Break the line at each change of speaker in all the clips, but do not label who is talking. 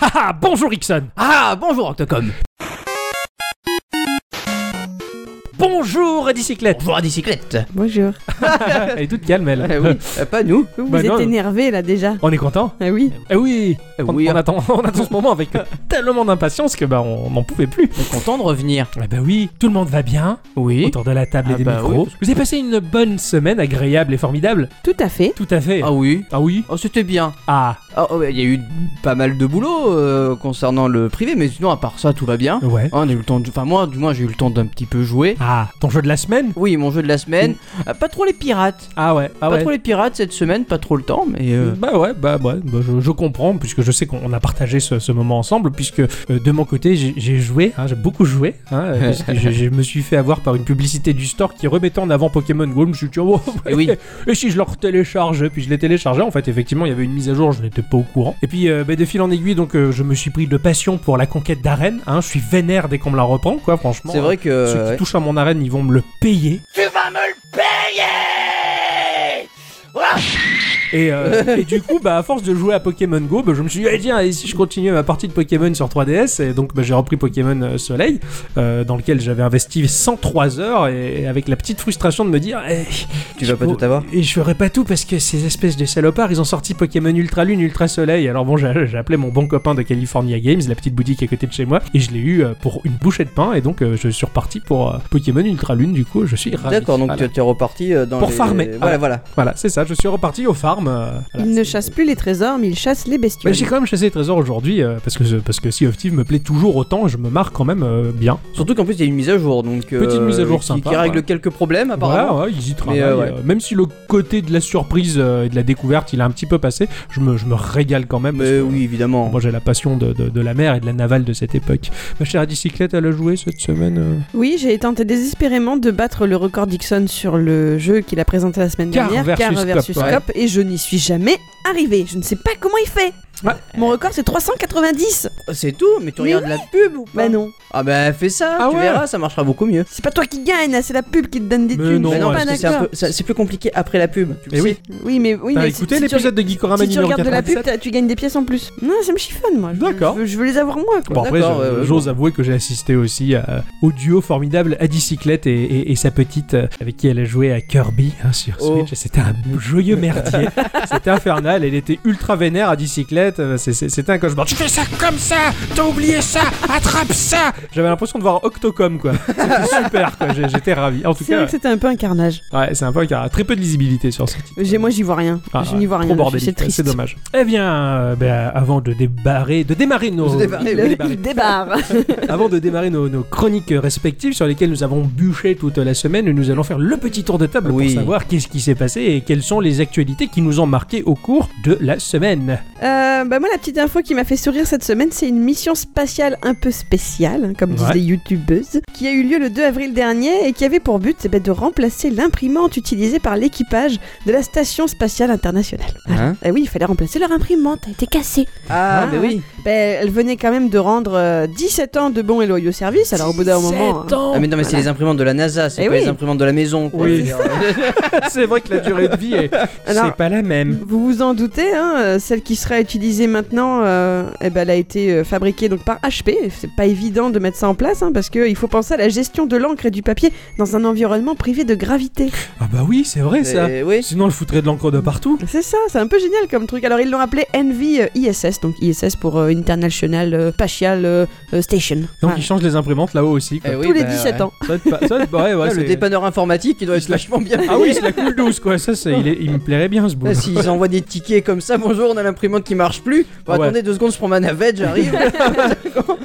Ah, bonjour Ixon
Ah, bonjour Octocom
Bonjour Adicyclette
Bonjour à bicyclette
Bonjour.
Elle est toute calme, elle.
Ah oui, euh, pas nous
Vous
Bah
êtes
non.
énervé là déjà.
Eh On est content
Ah oui.
Eh oui,
Eh
on,
oui,
on
hein.
attend, on attend ce moment avec tellement d'impatience que bah on n'en pouvait plus.
On est Ah. content de revenir.
Eh ben oui, tout le monde va bien
Oui.
autour de la table et
Ah
des
bah
micros.
oui, parce
Vous avez passé une bonne semaine agréable et formidable.
Tout à fait.
Tout à fait.
Ah oui.
Ah oui
Oh, c'était bien.
Ah
Ah, oh, Il y a eu pas mal de boulot euh, concernant le privé, mais sinon, à part ça, tout va bien.
ouais.
Ah, on a eu le temps de... Enfin, moi, du moins, j'ai eu le temps d'un petit peu jouer.
Ah, ton jeu de la semaine
Oui, mon jeu de la semaine. Ah, pas trop les pirates.
Ah ouais, ah
pas
ouais.
trop les pirates cette semaine, pas trop le temps, mais. euh,
Bah ouais, bah ouais, bah je, je comprends, puisque je sais qu'on a partagé ce, ce moment ensemble, puisque euh, de mon côté, j'ai- j'ai joué, hein, j'ai beaucoup joué, hein, euh, parce que je, je me suis fait avoir par une publicité du store qui remettait en avant Pokémon Go, je me suis dit, oh,
Eh oui.
et si je leur télécharge Puis je l'ai téléchargé, en fait, effectivement, il y avait une mise à jour, je n'étais pas au courant. Et puis, euh, bah, de fil en aiguille, donc euh, je me suis pris de passion pour la conquête d'arène, hein, je suis vénère dès qu'on me la reprend, quoi, franchement.
C'est vrai que.
Euh, Ceux qui
ouais.
touchent à mon arène, ils vont me le payer. Et, euh, et du coup, bah, à force de jouer à Pokémon Go, bah, je me suis dit, eh, tiens, et si je continuais ma partie de Pokémon sur 3DS Et donc, bah, j'ai repris Pokémon euh, Soleil, euh, dans lequel j'avais investi 103 heures, et avec la petite frustration de me dire, eh,
Tu vas pas
oh,
tout avoir
Et je ferai pas tout parce que ces espèces de salopards, ils ont sorti Pokémon Ultra Lune, Ultra Soleil. Alors bon, j'ai j'ai appelé mon bon copain de California Games, la petite boutique à côté de chez moi, et je l'ai eu euh, pour une bouchée de pain, et donc euh, je suis reparti pour euh, Pokémon Ultra Lune, du coup, je suis ravi.
D'accord, donc
voilà.
tu es reparti euh, dans
Ah, Pour
les-
farmer. Ah.
Voilà, voilà.
Voilà, c'est ça, je suis reparti au farm. euh,
Bah,
voilà.
Il ne chasse plus les trésors, mais il chasse les
Mais
bestioles.
j'ai quand même chassé les trésors aujourd'hui euh, parce que parce que Sea of Thieves me plaît toujours autant, je me marre quand même euh, bien.
Surtout qu'en plus, il y a une mise à jour, donc. euh,
Petite mise à jour
qui,
sympa,
Qui règle
ouais.
quelques problèmes, apparemment.
Voilà, ouais, ils y travaillent.
euh, ouais.
euh, même si le côté de la surprise euh, et de la découverte, il a un petit peu passé, je me, je me régale quand même. parce
Mais
que,
oui, évidemment.
Moi j'ai la passion de, de- de la mer et de la navale de cette époque. Ma chère bicyclette, elle a joué cette semaine euh,
Oui, j'ai tenté désespérément de battre le record Dixon sur le jeu qu'il a présenté la semaine
Car
dernière,
versus
Car versus
Cop, ouais.
Cop, et je n'y suis jamais arrivé. Je ne sais pas comment il fait.
Ah.
Ouais.
Mon record c'est 390.
C'est tout, mais tu
Mais
regardes la pub ou pas
Bah non,
Ah bah fais ça,
Ah
tu
ouais.
verras, ça marchera beaucoup mieux.
c'est pas toi qui gagne, là, c'est la pub qui te donne des
Mais
thunes.
non,
Je
Bah
suis
ouais,
pas
parce que c'est un
d'accord.
peu- ça- c'est plus compliqué après la pub. tu le
Eh oui.
sais.
Oui, mais oui,
T'as
mais si-
écouté
si tu
l'épisode de Guy Corama
Si tu
numéro
regardes de la pub,
97?
t'as- tu gagnes des pièces en plus. Non, ça me chiffonne, moi. Je-
D'accord.
Je, veux- je veux les avoir moi, quoi.
Bon, après,
D'accord,
je-
ouais, ouais,
j'ose avouer que j'ai assisté aussi à- au duo formidable Adicyclette et, et, et sa petite, euh, avec qui elle a joué à Kirby hein, sur
Oh.
Switch. C'était un joyeux merdier. c'était infernal. Elle était ultra vénère à Dicyclette. C'était un cauchemar. Tu fais ça comme ça T'as oublié ça Attrape ça J'avais l'impression de voir Octocom, quoi. C'était super, quoi. J'ai- J'étais ravi. En tout
C'est vrai
cas,
que c'était un peu un carnage.
ouais, c'est un peu qui a très peu de lisibilité sur ce titre.
J'ai- Moi, j'y vois rien.
Ah,
je n'y vois
trop
rien. là-dessus,
bordélique,
C'est triste.
C'est dommage. Eh bien, euh, ben, avant de débarrer, de démarrer nos,
De débarrer,
Il,
oui.
débarrer.
il débarre.
Avant de démarrer nos, nos chroniques respectives sur lesquelles nous avons bûché toute la semaine, nous allons faire le petit tour de table
Oui.
pour savoir qu'est-ce qui s'est passé et quelles sont les actualités qui nous ont marqué au cours de la semaine.
Euh, bah moi, la petite info qui m'a fait sourire cette semaine, c'est une mission spatiale un peu spéciale, hein, comme disent
Ouais.
les youtubeuses, qui a eu lieu le 2 avril dernier et qui avait pour but eh ben, de remplacer l'imprimante utilisée par l'équipage de la Station Spatiale Internationale.
Hein
Eh oui, il fallait remplacer leur imprimante, elle a été cassée.
ah, bah oui.
Ben, elle venait quand même de rendre euh, 17 ans de bons et loyaux services, alors au bout d'un moment... hein.
Oh.
Ah mais non mais c'est les imprimantes de la NASA, c'est
Eh
pas
oui.
les imprimantes de la maison. quoi.
Oui.
Je veux dire,
c'est vrai que la durée de vie est
Alors-
c'est pas la même.
Vous vous en doutez, hein, euh, celle qui sera utilisée maintenant, euh, eh ben, elle a été euh, fabriquée donc par HP. C'est pas évident de mettre ça en place hein, parce qu'il faut penser à la gestion de l'encre et du papier dans un environnement privé de gravité.
Ah bah oui, c'est vrai ça.
euh, oui.
Sinon, elle foutrait de l'encre de partout.
C'est ça, c'est un peu génial comme truc. Alors ils l'ont appelé Envy euh, ISS, donc ISS pour euh, International euh, Spatial euh, euh, Station.
Donc,
Voilà.
ils changent les imprimantes là-haut aussi. quoi.
Eh oui,
Tous les
bah,
17
ouais.
ans.
Ça doit être pas- ça doit être- ouais, ouais,
Ouais,
c'est-
le dépanneur informatique, il doit être vachement bien.
Ah oui, c'est la coule douce quoi. Ça, c'est- il, est- il me plairait bien ce boulot.
Là, S'ils envoient des tickets comme ça, bonjour, on a l'imprimante qui marche plus. Bon,
Ouais.
Attendez deux secondes, je prends ma navette, j'arrive.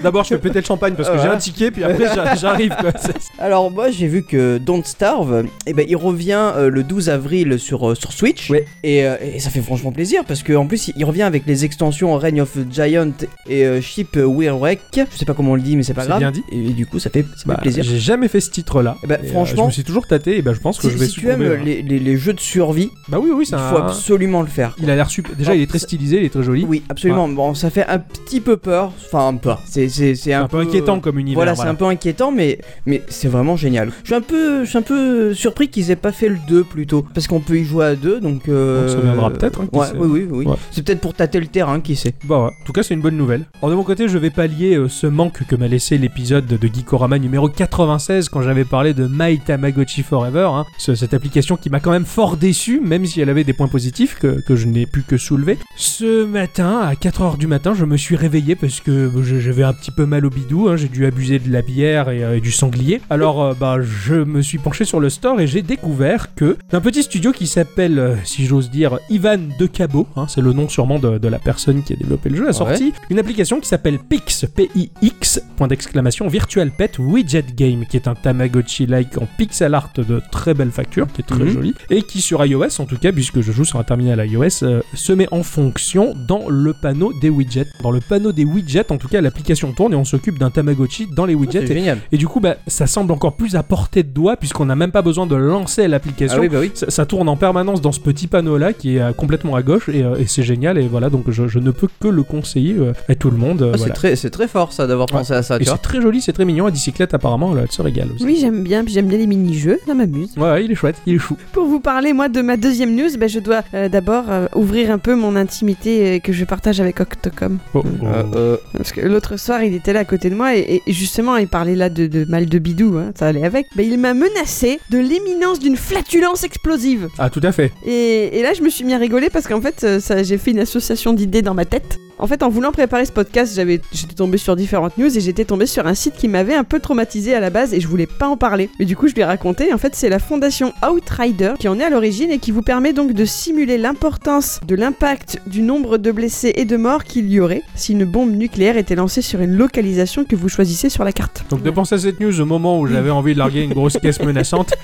D'abord, je fais péter le champagne parce que
Ah,
j'ai
voilà.
un ticket, puis après, j'a- j'arrive quoi. C'est-
Alors moi j'ai vu que Don't Starve, eh ben, il revient euh, le 12 avril sur, euh, sur Switch
Ouais.
et, euh, et ça fait franchement plaisir parce qu'en plus il, il revient avec les extensions Reign of Giant et euh, Ship We're Wreck. Je sais pas comment on le dit mais c'est pas
C'est
grave.
bien dit.
Et, et du coup ça fait, ça
Bah,
fait plaisir.
J'ai jamais fait ce titre-là.
Eh ben,
Et, euh,
franchement,
je me suis toujours tâté et bah, je pense que
Si,
je vais
si tu aimes
succomber, hein.
les, les- les jeux de survie,
Bah oui, oui, c'est
il faut
un.
absolument le faire.
Il a l'air super. Déjà,
Non,
il est très
c'est-
stylisé, il est très joli. oui.
Oui, absolument. Bon, ça fait un petit peu peur. Enfin, un peu. C'est, c'est, c'est
C'est
un,
un peu inquiétant comme univers.
Voilà, c'est un peu inquiétant, mais, mais c'est vraiment génial. Je suis un peu, je suis un peu surpris qu'ils aient pas fait le 2 plutôt, parce qu'on peut y jouer à deux, donc. euh,
On se reviendra peut-être, hein, qui
ouais,
sait.
oui, oui, oui.
Ouais.
C'est peut-être pour tâter le terrain, qui sait.
Bah ouais. En tout cas, c'est une bonne nouvelle. Alors de mon côté, je vais pallier euh, ce manque que m'a laissé l'épisode de Geekorama numéro 96 quand j'avais parlé de My Tamagotchi Forever, hein. Ce- cette application qui m'a quand même fort déçu, même si elle avait des points positifs que, que je n'ai pu que soulever. Ce matin, à 4h du matin, je me suis réveillé parce que je- j'avais un petit peu mal au bidou, hein. j'ai dû abuser de la bière et, euh, et du sanglier. Alors euh, bah, je me suis penché sur le store et j'ai découvert que d'un petit studio qui s'appelle, euh, si j'ose dire, Ivan De Cabo, hein, c'est le nom sûrement de, de la personne qui a développé le jeu, a sorti une application qui s'appelle Pix, P-I-X, point d'exclamation, Virtual Pet Widget Game, qui est un Tamagotchi-like en pixel art de très belle facture, qui est très
Mhm.
joli, et qui sur iOS, en tout cas, puisque je joue sur un terminal iOS, euh, se met en fonction dans le panneau des widgets. Dans le panneau des widgets, en tout cas, l'application tourne et on s'occupe d'un Tamagotchi dans les widgets.
Ah, C'est
et,
génial.
et du coup, bah, ça semble encore plus à portée de doigt, puisqu'on n'a même pas besoin de lancer l'application
Ah oui, bah oui.
ça, ça tourne en permanence dans ce petit panneau là qui est euh, complètement à gauche et, euh, et c'est génial et voilà donc je, je ne peux que le conseiller euh, à tout le monde euh,
Ah, c'est
voilà.
très, c'est très fort ça d'avoir
Ouais.
pensé à ça.
et
Tu vois.
c'est très joli c'est très mignon à bicyclette apparemment là, elle se régale aussi
Oui, j'aime bien, puis j'aime bien les mini-jeux, ça m'amuse.
Ouais, ouais, il est chouette, il est chou.
Pour vous parler, moi, de ma deuxième news, ben, je dois euh, d'abord euh, ouvrir un peu mon intimité euh, que je partage avec Octocom.
Oh, oh.
Euh, euh,
Parce que l'autre soir, il était là à côté de moi et, et justement, il parlait là de, de mal de bidou, hein, ça allait avec. Ben, il m'a menacé de l'imminence d'une flatulence explosive.
Ah, tout à fait.
Et, et là, je me suis mis à rigoler parce qu'en fait, euh, ça- j'ai fait une association d'idées dans ma tête. En fait, en voulant préparer ce podcast, j'avais, j'étais tombée sur différentes news et j'étais tombée sur un site qui m'avait un peu traumatisée à la base et je voulais pas en parler. Mais du coup, je lui ai raconté. En fait, c'est la fondation Outrider qui en est à l'origine et qui vous permet donc de simuler l'importance de l'impact du nombre de blessés et de morts qu'il y aurait si une bombe nucléaire était lancée sur une localisation que vous choisissez sur la carte.
Donc de penser à cette news au moment où j'avais envie de larguer une grosse caisse menaçante,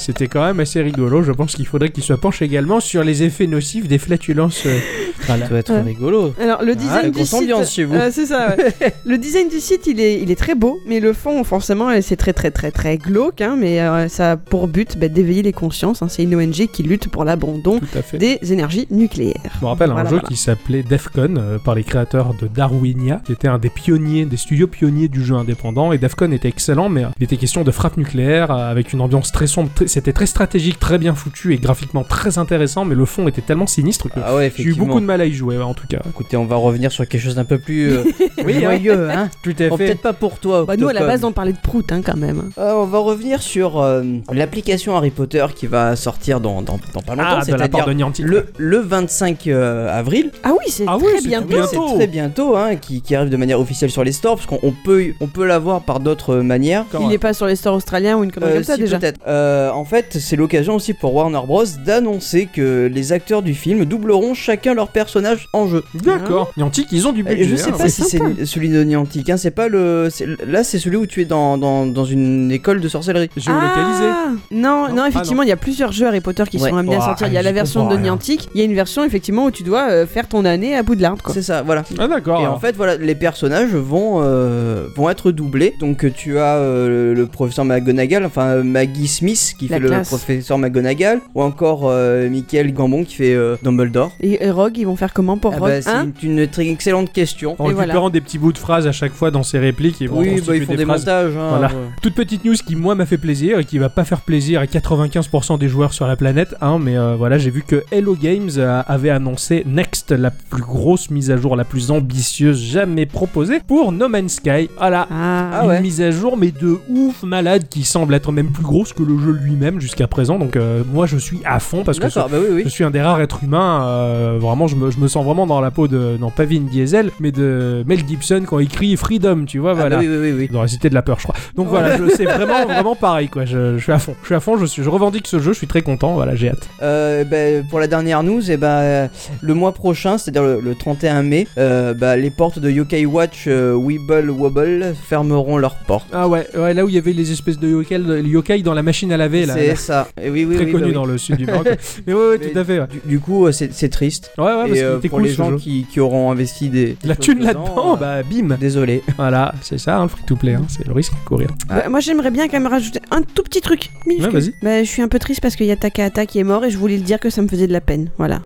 c'était quand même assez rigolo. Je pense qu'il faudrait qu'il se penche également sur les effets nocifs des flatulences. euh, voilà.
Ça doit être
Ouais.
rigolo.
Alors le
Ah,
design
la
du
grosse
site,
ambiance chez vous.
Euh, c'est ça. ouais. le design du site, il est, il est très beau, mais le fond, forcément, euh, c'est très très très très glauque. hein, mais euh, ça a pour but bah, d'éveiller les consciences. hein. C'est une ONG qui lutte pour l'abandon
Tout à fait.
des énergies nucléaires.
Je me rappelle
Voilà,
un jeu
voilà.
qui s'appelait Defcon euh, par les créateurs de Darwinia, qui était un des pionniers, des studios pionniers du jeu indépendant. Et Defcon était excellent, mais euh, il était question de frappe nucléaire euh, avec une ambiance très sombre. très- C'était très stratégique, très bien foutu et graphiquement très intéressant, mais le fond était tellement sinistre que
Ah ouais,
j'ai eu
effectivement.
beaucoup de mal à y jouer, ouais, en tout cas.
Écoutez, on va revenir sur quelque chose d'un peu plus euh, joyeux, hein.
Tout à
Bon,
fait.
peut-être pas pour toi.
Bah, nous, à la
Octocom.
base, on parlait de prout hein, quand même. hein.
Euh, on va revenir sur euh, l'application Harry Potter qui va sortir dans, dans, dans pas longtemps,
Ah, de la part
c'est-à-dire
de Niantic.
le, le 25 euh, avril.
Ah oui, c'est
Ah oui,
très
c'est
bientôt.
très bien.
Oui, C'est très bientôt, hein, qui, qui arrive de manière officielle sur les stores, parce qu'on on peut, on peut l'avoir par d'autres euh, manières.
Quand
Il
même.
n'est pas sur les stores australiens ou une connerie
Euh,
comme ça
si,
déjà.
peut-être. Euh, en fait, c'est l'occasion aussi pour Warner Bros. d'annoncer que les acteurs du film doubleront chacun leur personnage en jeu.
D'accord. Niantic, ils ont du
Et
budget.
je sais
hein.
pas si
c'est
c'est
sympa.
celui de Niantic, hein, c'est pas le. c'est- Là, c'est celui où tu es dans, dans, dans une école de sorcellerie.
Géolocalisé.
Ah non,
Non.
non,
Ah,
effectivement, il y a plusieurs jeux Harry Potter qui
Ouais.
sont amenés à
Oh,
sortir. Il y
ah,
a la
j'y
version de
comprends rien.
Niantic, il y a une version effectivement où tu dois euh, faire ton année à bout de l'arbre.
C'est ça, voilà.
Ah, d'accord.
Et en
alors.
fait, voilà, les personnages vont, euh, vont être doublés. Donc, tu as euh, le, le professeur McGonagall, enfin euh, Maggie Smith qui
La
fait le- le
classe.
professeur McGonagall, ou encore euh, Michael Gambon qui fait euh, Dumbledore.
Et, et Rogue, ils vont faire comment pour
Ah
Rogue
bah, c'est
Hein
une, une très excellente question.
en
et
récupérant
voilà.
des petits bouts de phrases à chaque fois dans ses répliques, ils vont
oui, bah,
constituer
ils font des,
phrases
montages. hein,
Voilà.
ouais.
Toute petite news qui, moi, m'a fait plaisir et qui va pas faire plaisir à 95% des joueurs sur la planète, hein, mais euh, voilà, j'ai vu que Hello Games euh, avait annoncé Next, la plus grosse mise à jour, la plus ambitieuse jamais proposée pour No Man's Sky. Voilà.
Ah,
Ah ouais.
Une mise à jour, mais de ouf malade, qui semble être même plus grosse que le jeu lui-même jusqu'à présent. Donc, euh, moi, je suis à fond parce que ce
D'accord, bah oui,
je
oui.
suis un des rares êtres humains, euh, vraiment, je me, je me sens vraiment dans la peau de, non pas Vin Diesel, mais de Mel Gibson quand il crie Freedom, tu vois,
Ah, bah
voilà
oui, oui, oui, oui.
dans la cité de la peur, je crois. Donc voilà, je- c'est vraiment, vraiment pareil, quoi. Je, je suis à fond. Je suis à fond, je, suis, je revendique ce jeu, je suis très content, voilà, j'ai hâte.
Euh, bah, pour la dernière news, eh bah, euh, le mois prochain, c'est-à-dire le, le 31 mai, euh, bah, les portes de Yokai Watch euh, Weeble Wobble fermeront leurs portes.
Ah ouais, ouais là où il y avait les espèces de yokai, les yokai dans la machine à laver, là.
C'est
là,
ça. Et oui, oui,
très
oui,
connu
bah oui.
dans le sud du Maroc. Mais ouais, ouais,
Mais
tout à fait. Ouais,
Du, du coup, euh, c'est c'est triste.
ouais, ouais, parce
Et
qu'il
euh,
était
pour
cool
les
ce
gens
jeu.
qui, qui auront investi des.
La
des
thune
choses
là-dedans,
dedans, euh,
bah bim.
Désolé.
Voilà, c'est ça, hein, le free to play, hein, c'est le risque à courir.
Bah, moi j'aimerais bien quand même rajouter un tout petit truc. minuscule.
Ouais, vas-y.
Bah, je suis un peu triste parce qu'il y a Takahata qui est mort et je voulais le dire que ça me faisait de la peine. Voilà.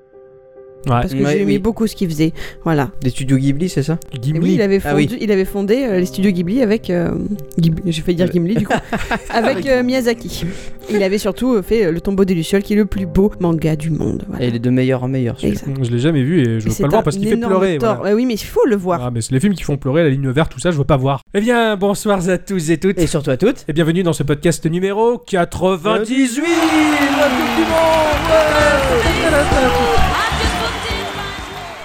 Parce que
Ouais,
j'ai
oui.
mis beaucoup ce qu'il faisait. Voilà.
Des studios Ghibli, c'est ça
Et
Gimli.
oui, il avait fondé,
Ah oui.
il avait fondé euh, les studios Ghibli avec. euh, Ghibli- j'ai fait dire Ghibli du coup. avec euh, Miyazaki. Il avait surtout euh, fait euh, Le tombeau des Lucioles, qui est le plus beau manga du monde. Voilà.
Et les deux meilleurs en meilleur. celui-là.
Exact.
Je l'ai jamais vu et je
Et
veux
c'est
pas le voir parce
un
qu'il fait
énorme
pleurer.
tort.
voilà.
Ouais, oui, mais il faut le voir.
Ah, mais c'est les films qui font pleurer, la ligne verte, tout ça, je veux pas voir. Eh bien, bonsoir à tous et toutes.
Et surtout à toutes.
Et bienvenue dans ce podcast numéro 98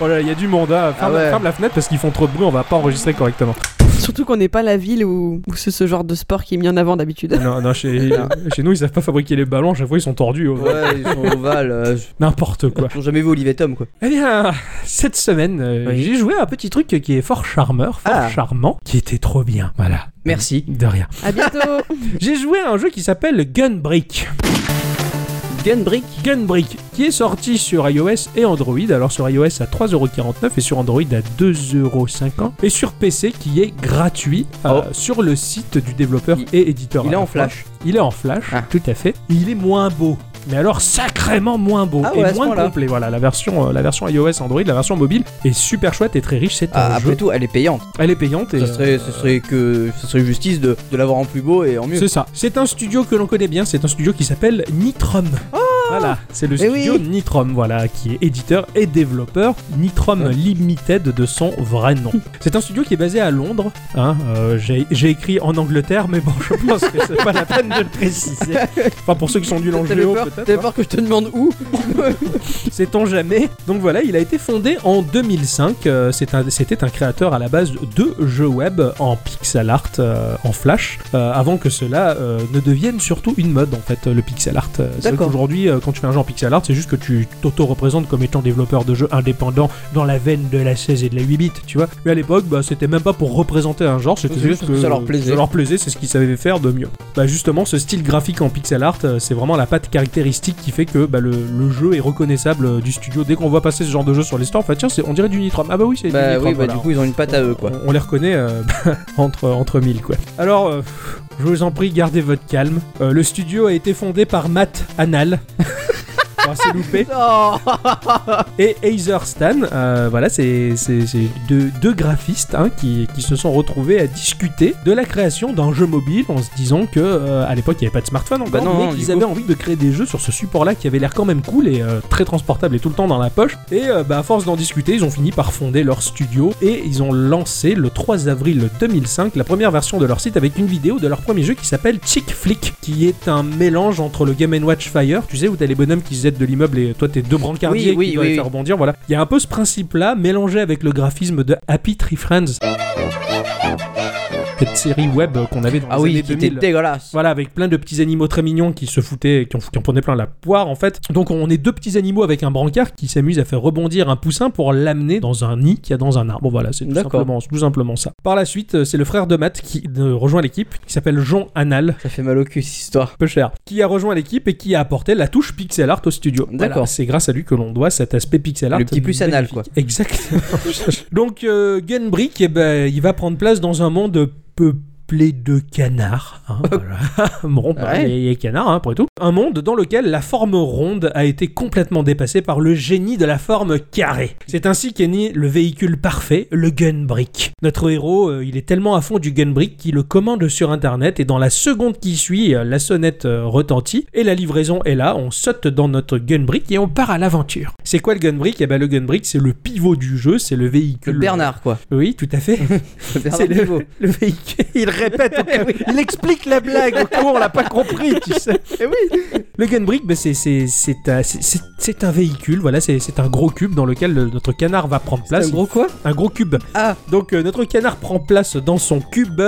Oh là, là, il y a du monde, hein. ferme,
Ah ouais.
ferme la fenêtre parce qu'ils font trop de bruit, on va pas enregistrer correctement.
Surtout qu'on n'est pas la ville où, où c'est ce genre de sport qui est mis en avant d'habitude.
non, non, chez,
Non.
chez nous ils savent pas fabriquer les ballons, à chaque fois ils sont tordus. oh.
Ouais, ils sont ovales. euh, ils
N'importe quoi.
ont jamais vu Olivier Tom, quoi.
Eh bien, cette semaine, euh,
Oui.
j'ai joué à un petit truc qui est fort charmeur, fort
Ah.
charmant, qui était trop bien. Voilà.
Merci.
De rien.
À bientôt.
J'ai joué à un jeu qui s'appelle Gunbrick.
Gunbrick.
Gunbrick, qui est sorti sur iOS et Android. Alors sur iOS à 3,49€ et sur Android à 2,50€. Et sur PC qui est gratuit euh,
Oh.
sur le site du développeur
Il-
et éditeur. à
Il est
la
en
fois.
flash.
Il est en flash,
Ah.
tout à fait. Il est moins beau. Mais alors sacrément moins beau
Ah ouais, à
et
ce
moins
point-là.
complet. Voilà, la version, euh, la version iOS Android, la version mobile est super chouette et très riche. C'est un
Ah,
jeu.
après tout, elle est payante.
Elle est payante et euh,
Ce serait, ce serait que, ce serait justice de, de l'avoir en plus beau et en mieux.
C'est ça. C'est un studio que l'on connaît bien, c'est un studio qui s'appelle Nitrom. voilà, c'est le
Oh Eh
studio
oui.
Nitrom, voilà, qui est éditeur et développeur Nitrom
Ouais.
Limited de son vrai nom. C'est un studio qui est basé à Londres. hein, euh, J'ai j'ai écrit en Angleterre, mais bon, je pense que c'est pas la peine de le préciser. Enfin, pour ceux qui sont nuls en
T'avais
géo,
peur,
peut-être.
t'avais
hein.
peur que je te demande où
Sait-on jamais Donc voilà, il a été fondé en 2005. euh, c'est un- C'était un, créateur à la base de jeux web en pixel art, euh, en flash, euh, avant que cela euh, ne devienne surtout une mode en fait, le pixel art. Euh, c'est vrai
D'accord.
qu'aujourd'hui, euh, quand tu fais un jeu en pixel art, c'est juste que tu t'auto-représentes comme étant développeur de jeux indépendant dans la veine de la 16 et de la 8 bits, tu vois. Mais à l'époque, bah, c'était même pas pour représenter un genre, c'était
C'est juste
juste
parce que ça leur plaisait.
Ça leur plaisait, c'est ce qu'ils savaient faire de mieux bah justement ce style graphique en pixel art euh, c'est vraiment la patte caractéristique qui fait que bah, le, le jeu est reconnaissable euh, du studio dès qu'on voit passer ce genre de jeu sur les stores en fait tiens c'est- on dirait du Nitrom ah bah oui c'est du
Bah
Nitrom
oui, bah
voilà.
du coup, ils ont une patte à eux, quoi.
on, on les reconnaît euh, entre, entre mille quoi alors euh, je vous en prie gardez votre calme Euh, le studio a été fondé par Matt Anal Enfin, c'est loupé
Oh
et Azer Stan. euh, voilà, c'est c'est- c'est deux, deux graphistes hein, qui, qui se sont retrouvés à discuter de la création d'un jeu mobile en se disant que euh, à l'époque il n'y avait pas de smartphone encore,
Bah non,
mais
du
qu'ils
coup.
avaient envie de créer des jeux sur ce support-là qui avait l'air quand même cool et euh, très transportable et tout le temps dans la poche. Et euh, bah, à force d'en discuter, ils ont fini par fonder leur studio et ils ont lancé le 3 avril 2005 la première version de leur site avec une vidéo de leur premier jeu qui s'appelle Chick Flick, qui est un mélange entre le Game Watch Fire, tu sais, où t'as les bonhommes qui se jettent de l'immeuble et toi t'es deux brancardiers
Oui, oui,
qui doivent
oui,
les
oui.
faire rebondir. Voilà, il y a un peu ce principe-là mélangé avec le graphisme de Happy Tree Friends. Cette série web qu'on avait dans les
Ah oui,
années
qui était
2000.
dégueulasse.
Voilà, avec plein de petits animaux très mignons qui se foutaient, qui en, qui en prenaient plein la poire en fait. Donc on est deux petits animaux avec un brancard qui s'amusent à faire rebondir un poussin pour l'amener dans un nid qu'il y a dans un arbre. Voilà, c'est tout
D'accord.
simplement, tout simplement ça. Par la suite, euh, c'est le frère de Matt qui euh, rejoint l'équipe, qui s'appelle Jean Anal,
Ça fait mal au cul, cette histoire.
peu cher, qui a rejoint l'équipe et qui a apporté la touche pixel art au studio.
D'accord.
Voilà, c'est grâce à lui que l'on doit cet aspect pixel art.
Le petit plus anal,
magnifique.
quoi.
Exactement. Donc euh, Gunbrick, eh ben, il va prendre place dans un monde peuplé de canards. hein, voilà. Bon, bah,
Ouais.
les, les canards, hein, après tout. Un monde dans lequel la forme ronde a été complètement dépassée par le génie de la forme carrée. C'est ainsi qu'est né le véhicule parfait, le Gunbrick. Notre héros, euh, il est tellement à fond du Gunbrick qu'il le commande sur Internet et dans la seconde qui suit, euh, la sonnette euh, retentit et la livraison est là. On saute dans notre Gunbrick et on part à l'aventure. C'est quoi le Gunbrick Eh ben, le Gunbrick, c'est le pivot du jeu, c'est le véhicule.
Le Bernard, quoi.
Oui, tout à fait.
Le
C'est
Bernard
le-
Pivot.
Le véhicule, il répète,
Eh
au cas- il explique la blague, au cas où on l'a pas compris, tu sais.
Eh
Le Gunbrick, ben, c'est- c'est- c'est un- c'est- c'est- c'est un véhicule, voilà, c'est c'est un gros cube dans lequel le- notre canard va prendre
C'est
place.
un gros quoi
Un gros cube.
Ah.
Donc euh, notre canard prend place dans son cube.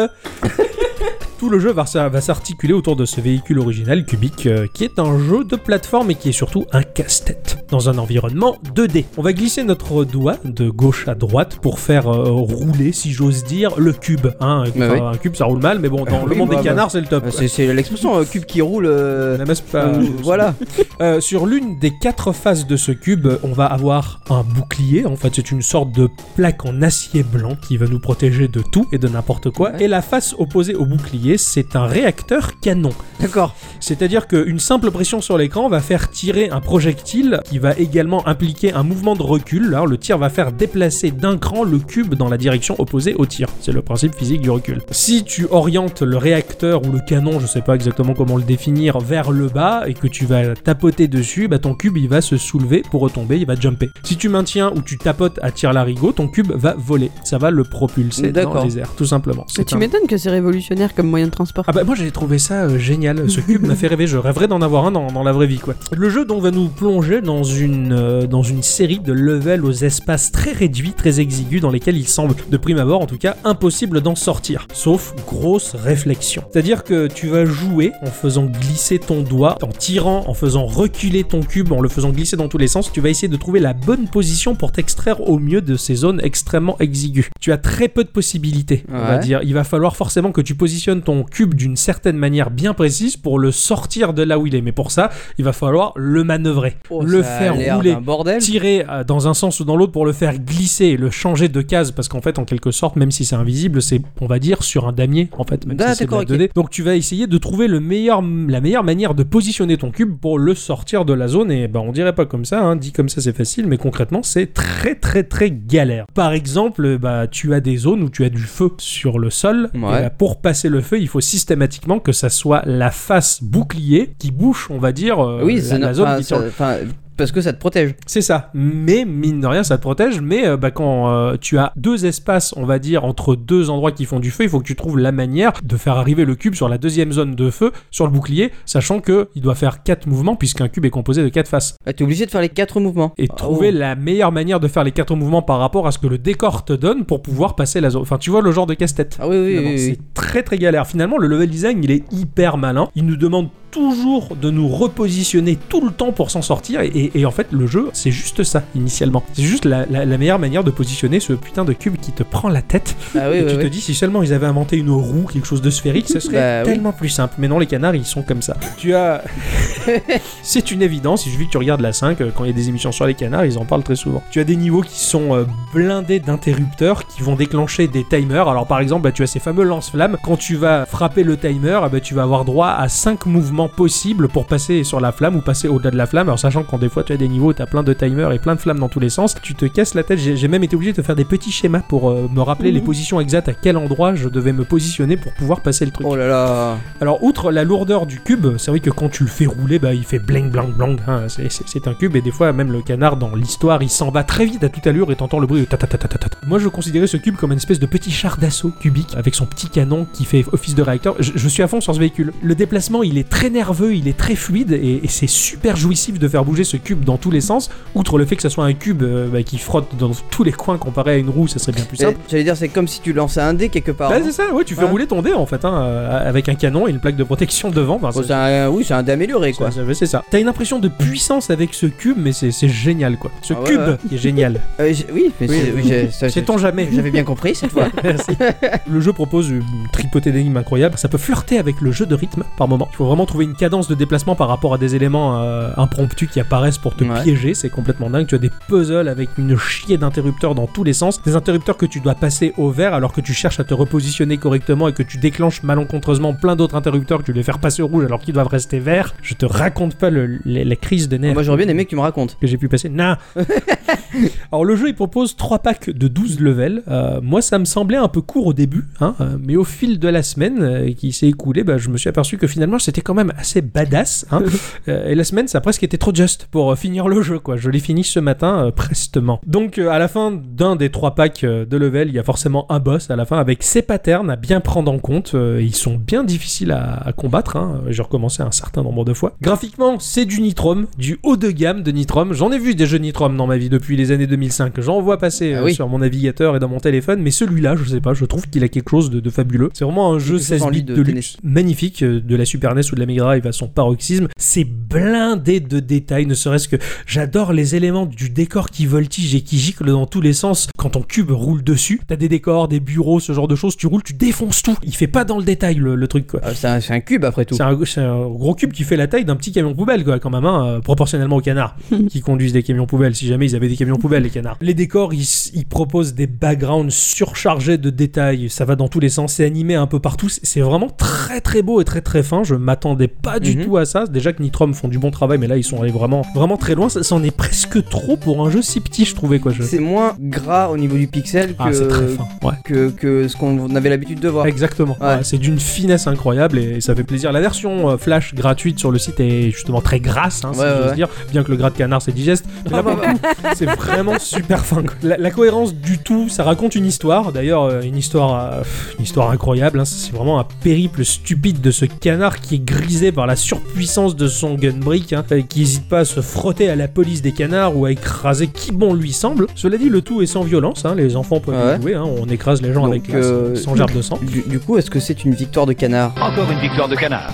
Tout le jeu va, s'a- va s'articuler autour de ce véhicule original cubique euh, qui est un jeu de plateforme et qui est surtout un casse-tête dans un environnement 2D. On va glisser notre doigt de gauche à droite pour faire euh, rouler, si j'ose dire, le cube. hein.
Bah
Enfin, Un cube ça roule mal, mais bon, dans
Euh,
le
oui,
monde
bah,
des
bah.
canards c'est le top.
Euh, C'est c'est l'expression euh, cube qui roule. euh,
Namaste pas.
euh, voilà.
Euh, sur l'une des quatre faces de ce cube, on va avoir un bouclier. En fait, c'est une sorte de plaque en acier blanc qui va nous protéger de tout et de n'importe quoi.
Ouais.
Et la face opposée au bouclier, particulier, c'est un réacteur canon.
D'accord.
C'est-à-dire qu'une simple pression sur l'écran va faire tirer un projectile qui va également impliquer un mouvement de recul. Alors le tir va faire déplacer d'un cran le cube dans la direction opposée au tir. C'est le principe physique du recul. Si tu orientes le réacteur ou le canon, je sais pas exactement comment le définir, vers le bas et que tu vas tapoter dessus, bah ton cube il va se soulever pour retomber, il va jumper. Si tu maintiens ou tu tapotes à tir larigot, ton cube va voler. Ça va le propulser dans
D'accord.
les airs, tout simplement.
Mais
C'est
tu
un-
m'étonnes que c'est révolutionnaire comme moyen de transport.
ah bah moi j'ai trouvé ça euh, génial, ce cube m'a fait rêver, je rêverais d'en avoir un dans, dans la vraie vie quoi. Le jeu donc va nous plonger dans une, euh, dans une série de levels aux espaces très réduits, très exigus, dans lesquels il semble, de prime abord en tout cas, impossible d'en sortir, sauf grosse réflexion. C'est-à-dire que tu vas jouer en faisant glisser ton doigt, en tirant, en faisant reculer ton cube, en le faisant glisser dans tous les sens, tu vas essayer de trouver la bonne position pour t'extraire au mieux de ces zones extrêmement exiguës. Tu as très peu de possibilités, on va
Ouais.
dire dire, il va falloir forcément que tu positionnes ton cube d'une certaine manière bien précise pour le sortir de là où il est. Mais pour ça, il va falloir le manœuvrer, le
Oh, ça a
faire
l'air
rouler,
d'un bordel.
tirer euh, dans un sens ou dans l'autre pour le faire glisser, et le changer de case parce qu'en fait, en quelque sorte, même si c'est invisible, c'est on va dire sur un damier en fait, même
Ah,
si c'est de la
d'accord, ok.
2D. Donc tu vas essayer de trouver le meilleur, la meilleure manière de positionner ton cube pour le sortir de la zone. Et ben on dirait pas comme ça, hein. dit comme ça c'est facile, mais concrètement c'est très très très galère. Par exemple, bah tu as des zones où tu as du feu sur le sol.
Ouais.
Et bah, pour passer le feu, il faut systématiquement que ça soit la face bouclier qui bouche, on va dire, euh,
oui,
la,
c'est
la
no-
zone
enfin,
qui tire
ça- enfin, parce que ça te protège.
c'est ça. Mais mine de rien, ça te protège. Mais euh, bah, quand euh, tu as deux espaces, on va dire, entre deux endroits qui font du feu, il faut que tu trouves la manière de faire arriver le cube sur la deuxième zone de feu, sur le bouclier, sachant que il doit faire quatre mouvements puisqu'un cube est composé de quatre faces.
Ah, T'es obligé de faire les quatre mouvements.
Et
Ah,
trouver
oh.
la meilleure manière de faire les quatre mouvements par rapport à ce que le décor te donne pour pouvoir passer la zone. Enfin, tu vois le genre de casse-tête.
Ah oui, oui,
Finalement,
oui, oui.
C'est très très galère. Finalement, le level design, il est hyper malin. Il nous demande toujours de nous repositionner tout le temps pour s'en sortir. Et, et- et en fait, le jeu, c'est juste ça, initialement. C'est juste la, la- la meilleure manière de positionner ce putain de cube qui te prend la tête.
Ah oui,
et
oui,
tu
oui.
te dis, si seulement ils avaient inventé une roue, quelque chose de sphérique, ce serait
Bah oui.
tellement plus simple. Mais non, les canards, ils sont comme ça. Tu as... c'est une évidence. Il suffit que tu regardes la 5. euh, Quand il y a des émissions sur les canards, ils en parlent très souvent. Tu as des niveaux qui sont euh, blindés d'interrupteurs qui vont déclencher des timers. Alors, par exemple, bah, tu as ces fameux lance-flammes. Quand tu vas frapper le timer, ah bah, tu vas avoir droit à 5 mouvements possibles pour passer sur la flamme ou passer au-delà de la flamme. Alors, sachant qu'en des fois, tu as des niveaux, tu as plein de timers et plein de flammes dans tous les sens. Tu te casses la tête. J'ai j'ai même été obligé de faire des petits schémas pour euh, me rappeler les positions exactes à quel endroit je devais me positionner pour pouvoir passer le truc.
Oh là là.
Alors, outre la lourdeur du cube, c'est vrai que quand tu le fais rouler, bah, il fait bling bling bling. hein, c'est- c'est c'est un cube, et des fois, même le canard dans l'histoire, il s'en va très vite à toute allure et t'entends le bruit de ta ta ta ta ta ta. Moi, je considérais ce cube comme une espèce de petit char d'assaut cubique avec son petit canon qui fait office de réacteur. Je, je suis à fond sur ce véhicule. Le déplacement, il est très nerveux, il est très fluide et, et c'est super jouissif de faire bouger ce cube dans tous les sens. Outre le fait que ce soit un cube euh, bah, qui frotte dans tous les coins comparé à une roue, ça serait bien plus simple.
Eh, J'allais dire, c'est comme si tu lançais un dé quelque part.
Bah,
hein.
c'est ça, ouais, tu fais
Ouais.
rouler ton dé en fait, hein, euh, avec un canon et une plaque de protection devant. Enfin,
Oh,
c'est-
c'est un- oui, c'est un dé amélioré quoi.
ça, ça, C'est ça. T'as une impression de puissance avec ce cube, mais c'est c'est génial quoi. Ce
Ah ouais,
cube
ouais.
qui est génial.
Euh, j'ai- oui, mais
Oui,
c'est- oui, j'ai- ça, j'ai-
Sait-on jamais
j'avais bien compris cette fois.
Merci. Le jeu propose une tripotée d'énigmes incroyables. Ça peut flirter avec le jeu de rythme par moment. Il faut vraiment trouver une cadence de déplacement par rapport à des éléments euh, impromptus qui apparaissent pour te
Ouais.
piéger. C'est complètement dingue. Tu as des puzzles avec une chier d'interrupteurs dans tous les sens. Des interrupteurs que tu dois passer au vert alors que tu cherches à te repositionner correctement et que tu déclenches malencontreusement plein d'autres interrupteurs que tu les faire passer au rouge alors qu'ils doivent rester verts. Je te raconte pas le- les- la crise de nerfs
Moi j'aurais bien aimé que tu me racontes.
que j'ai pu passer. Nah. Alors le jeu il propose trois packs de 12 levels. Euh, moi ça me semblait un peu court au début, hein, euh, mais au fil de la semaine euh, qui s'est écoulée, bah, je me suis aperçu que finalement c'était quand même assez badass. hein. Euh, et la semaine ça a presque été trop juste pour euh, finir le jeu. quoi. Je l'ai fini ce matin euh, prestement. Donc euh, à la fin d'un des trois packs euh, de levels, il y a forcément un boss à la fin avec ses patterns à bien prendre en compte. Euh, ils sont bien difficiles à, à combattre. hein. J'ai recommencé un certain nombre de fois. Graphiquement c'est du Nitrom, du haut de gamme de Nitrom. J'en ai vu des jeux Nitrom dans ma vie depuis les années 2005. J'en vois passer
Ah
euh,
oui.
sur mon navigateur et dans mon téléphone, mais celui-là, je sais pas, je trouve qu'il a quelque chose de, de fabuleux. C'est vraiment un jeu
chose
16
en
bits
ligne
de,
de
luxe, magnifique, euh, de la Super NES ou de la Mega Drive à son paroxysme. C'est blindé de détails, ne serait-ce que j'adore les éléments du décor qui voltige et qui gicle dans tous les sens. quand ton cube roule dessus, t'as des décors, des bureaux, ce genre de choses, tu roules, tu défonces tout. Il fait pas dans le détail le, le truc quoi.
Ah, c'est un, c'est un cube après tout.
C'est un, c'est un gros cube qui fait la taille d'un petit camion poubelle, quoi, quand même, hein, euh, proportionnellement aux canards qui conduisent des camions poubelles, si jamais ils avaient des camions poubelles, les canards. Les décors, ils, s- ils proposent des backgrounds surchargés de détails, ça va dans tous les sens, c'est animé un peu partout, c'est- c'est vraiment très très beau et très très fin, je m'attendais pas du
Mhm.
tout à ça. Déjà que Nitrom font du bon travail, mais là ils sont allés vraiment, vraiment très loin, ça, ça en est presque trop pour un jeu si petit, je trouvais, quoi. Je...
C'est moins gras au niveau du pixel
Ah, c'est très
que,
fin, ouais.
que, que ce qu'on avait l'habitude de voir.
Exactement.
Ouais.
Ouais, c'est d'une finesse incroyable et ça fait plaisir. La version euh, Flash gratuite sur le site est justement très grasse, hein, si
Ouais,
j'ose
ouais.
dire, bien que le gras de canard c'est digeste. Mais là, pour le coup, c'est vraiment super fin. quoi. La, la cohérence du tout, ça raconte une histoire. D'ailleurs, euh, une histoire, euh, pff, une histoire incroyable. hein. C'est vraiment un périple stupide de ce canard qui est grisé par la surpuissance de son gunbrick, hein, et qui hésite pas à se frotter à la police des canards ou à écraser qui bon lui semble. Cela dit, le tout est sans violence. hein. Les enfants peuvent
Ouais.
y jouer. hein. On écrase les gens
Donc,
avec classe,
euh,
sans gerbe de sang.
Du, du coup, est-ce que c'est une victoire de canard
Encore une victoire de canard.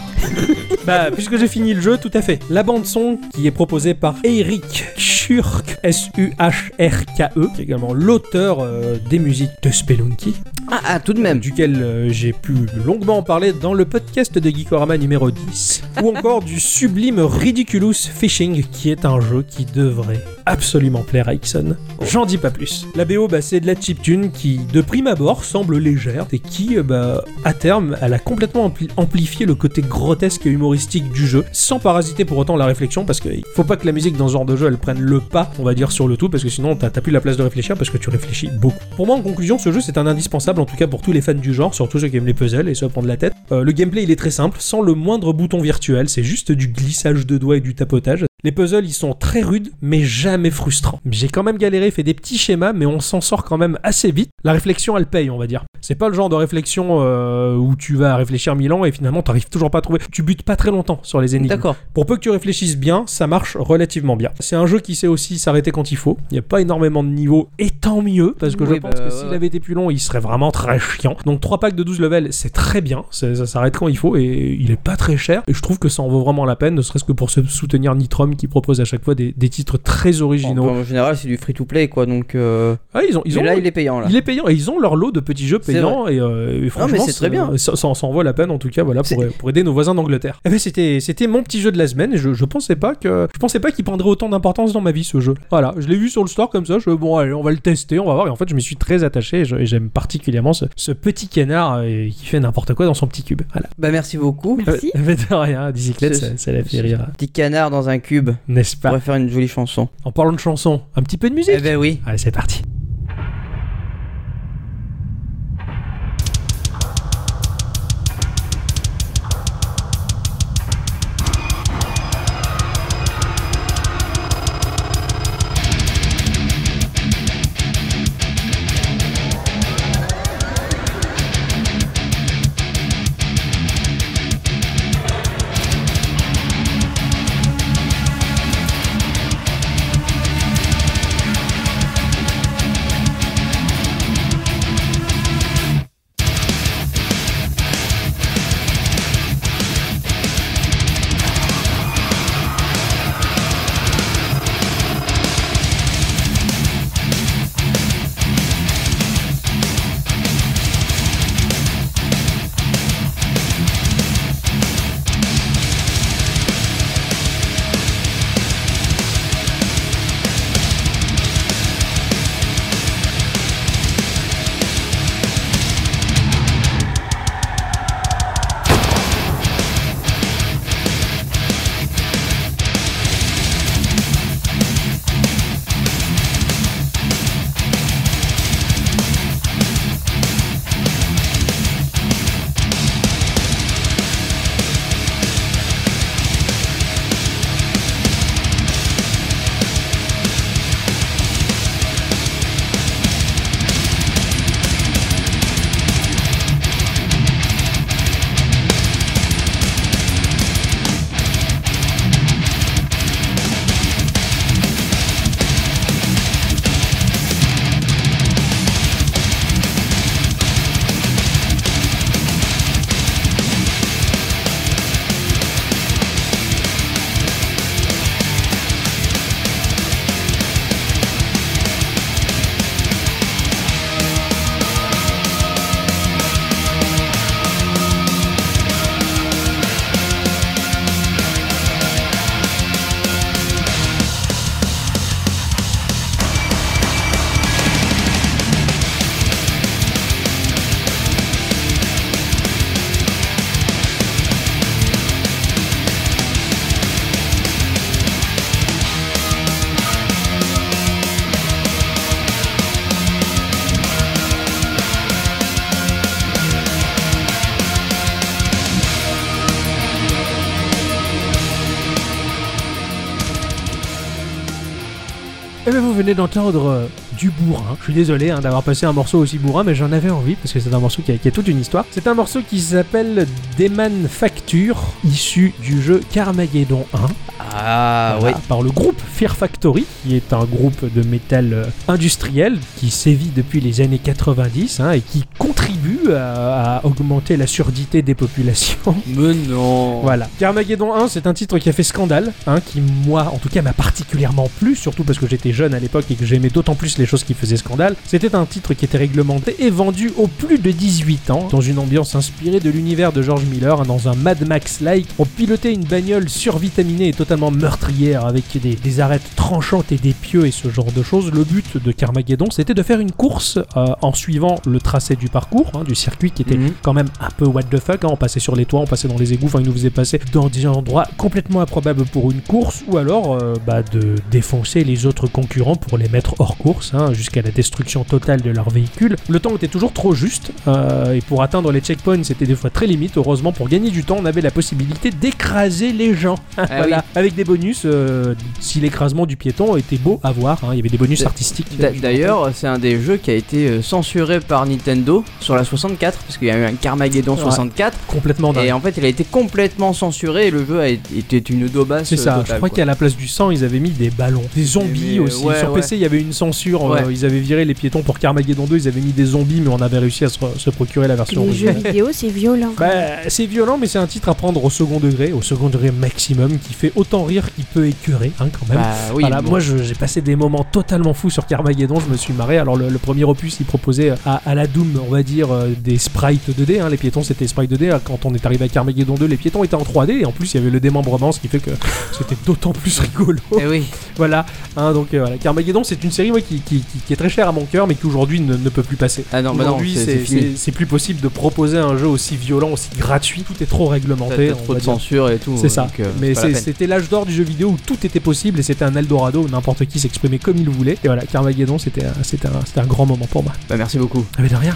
Bah, puisque j'ai fini le jeu, tout à fait. La bande-son qui est proposée par Eric Schurk, S-U-H-R-K-E, E, qui est également l'auteur euh, des musiques de Spelunky,
ah, ah, tout de même.
duquel euh, j'ai pu longuement en parler dans le podcast de Geekorama numéro 10, ou encore du sublime Ridiculous Fishing, qui est un jeu qui devrait absolument plaire à Ixon. J'en dis pas plus. La BO, bah, c'est de la chiptune qui, de prime abord, semble légère et qui, euh, bah, à terme, elle a complètement ampli- amplifié le côté grotesque et humoristique du jeu, sans parasiter pour autant la réflexion, parce qu'il faut pas que la musique dans ce genre de jeu, elle prenne le pas, on va dire, sur le tout, parce que sinon, t'as t'as plus la place de réfléchir, parce que tu réfléchis beaucoup. Pour moi, en conclusion, ce jeu, c'est un indispensable, en tout cas pour tous les fans du genre, surtout ceux qui aiment les puzzles et ceux à prendre la tête. Euh, le gameplay, il est très simple, sans le moindre bouton virtuel, c'est juste du glissage de doigts et du tapotage. Les puzzles, ils sont très rudes, mais jamais frustrants. J'ai quand même galéré, fait des petits schémas, mais on s'en sort quand même assez vite. La réflexion, elle paye, on va dire. C'est pas le genre de réflexion euh, où tu vas réfléchir mille ans et finalement t'arrives toujours pas à trouver. Tu butes pas très longtemps sur les énigmes.
D'accord.
Pour peu que tu réfléchisses bien, ça marche relativement bien. C'est un jeu qui sait aussi s'arrêter quand il faut. Il n'y a pas énormément de niveaux, et tant mieux, parce que
Oui,
je pense
bah,
que
ouais.
s'il avait été plus long, il serait vraiment très chiant. Donc 3 packs de 12 levels, c'est très bien. Ça, ça s'arrête quand il faut, et il est pas très cher. Et je trouve que ça en vaut vraiment la peine, ne serait-ce que pour se soutenir Nitrom qui propose à chaque fois des, des titres très originaux.
En, en général, c'est du free to play quoi. Donc, euh,
Ah, ils ont, ils
Oh, mais
ont-
là, il est payant là.
il est payant et ils ont leur lot de petits jeux
C'est
payants et, euh, et franchement
mais c'est très bien.
Ça, ça- ça en vaut la peine en tout cas voilà pour,
C'est-
pour aider nos voisins d'Angleterre. Eh ben, c'était c'était mon petit jeu de la semaine et je, je pensais pas que je pensais pas qu'il prendrait autant d'importance dans ma vie ce jeu. Voilà je l'ai vu sur le store comme ça je bon allez on va le tester on va voir et en fait je m'y suis très attaché et je- et j'aime particulièrement ce, ce petit canard euh, qui fait n'importe quoi dans son petit cube. Voilà.
Bah, merci beaucoup.
Merci.
Euh, mais de rien bicyclette
C'est-
ça, ça la fait rire Bah.
Petit canard dans un cube.
n'est-ce
On
pas
pourrait faire une jolie chanson.
En parlant de chansons un petit peu de musique.
Eh ben oui.
Allez c'est parti. Eh bien, vous venez d'entendre euh, du bourrin. Je suis désolé hein, d'avoir passé un morceau aussi bourrin, mais j'en avais envie parce que c'est un morceau qui a, qui a toute une histoire. C'est un morceau qui s'appelle Deman Facture, issu du jeu Carmageddon 1.
Ah
Voilà, par le groupe Fear Factory, qui est un groupe de métal euh, industriel qui sévit depuis les années 90 hein, et qui contribue à, à augmenter la surdité des populations.
Mais non.
Voilà. Carmageddon 1, c'est un titre qui a fait scandale, hein, qui moi, en tout cas, m'a particulièrement plu, surtout parce que j'étais jeune à l'époque et que j'aimais d'autant plus les choses qui faisaient scandale. C'était un titre qui était réglementé et vendu aux plus de 18 ans, dans une ambiance inspirée de l'univers de George Miller, hein, dans un Mad Max-like. On pilotait une bagnole survitaminée et totalement meurtrière, avec des, des arêtes tranchantes et des pieux et ce genre de choses. Le but de Carmageddon, c'était de faire une course euh, en suivant le tracé du parcours, hein, du circuit qui était
Mhm.
quand même un peu what the fuck. hein. On passait sur les toits, on passait dans les égouts, enfin, ils nous faisaient passer dans des endroits complètement improbables pour une course, ou alors euh, bah, de défoncer les autres concurrents pour les mettre hors course, hein, jusqu'à la destruction totale de leur véhicule. Le temps était toujours trop juste, euh, et pour atteindre les checkpoints, c'était des fois très limite. Heureusement, pour gagner du temps, on avait la possibilité d'écraser les gens.
Eh
voilà. Avec des bonus, euh, si l'écrasement du piéton était beau à voir, hein, il y avait des bonus
D'a-
artistiques.
D'a- D'ailleurs, c'est un des jeux qui a été euh, censuré par Nintendo sur la 64, parce qu'il y a eu un Carmageddon
Ouais.
64,
complètement dingue.
et en fait, il a été complètement censuré, et le jeu a été était une daubasse.
C'est ça,
euh,
je
totale,
crois
quoi.
qu'à la place du sang, ils avaient mis des ballons, des zombies
mais, euh,
aussi.
ouais,
Sur
ouais.
PC, il y avait une censure, euh,
Ouais.
ils avaient viré les piétons pour Carmageddon 2, ils avaient mis des zombies, mais on avait réussi à se, se procurer la version
Les jeux
originale.
vidéo, c'est violent.
Bah, c'est violent, mais c'est un titre à prendre au second degré, au second degré maximum, qui fait autant rire qu'il peut écurer, hein, quand même.
Bah oui,
Voilà,
bon.
moi je- j'ai passé des moments totalement fous sur Carmageddon, je me suis marré. Alors le, le premier opus il proposait à, à la Doom, on va dire, euh, des sprites 2D, hein. les piétons c'était sprites 2D. Alors, Quand on est arrivé à Carmageddon 2, les piétons étaient en 3D et en plus il y avait le démembrement, ce qui fait que c'était d'autant plus rigolo.
Eh oui,
voilà, hein, donc euh, voilà, Carmageddon c'est une série moi, qui, qui- qui- qui est très chère à mon cœur mais qui aujourd'hui ne- ne peut plus passer.
ah non, bah non,
Aujourd'hui,
c'est
c'est-
c'est fini.
c'est- c'est plus possible de proposer un jeu aussi violent, aussi gratuit. Tout est trop
T'as
réglementé.
t'as
on
trop
va
de
dire.
censure et tout.
C'est ça.
donc, euh,
Mais
pas la
c'est-
peine.
c'était l'âge d'or du jeu vidéo où tout était possible et c'était un Eldorado où n'importe qui s'exprimait comme il voulait. Et voilà, Carmageddon, c'était un, c'était un, c'était un grand moment pour moi.
Bah merci beaucoup.
Ah, mais de rien.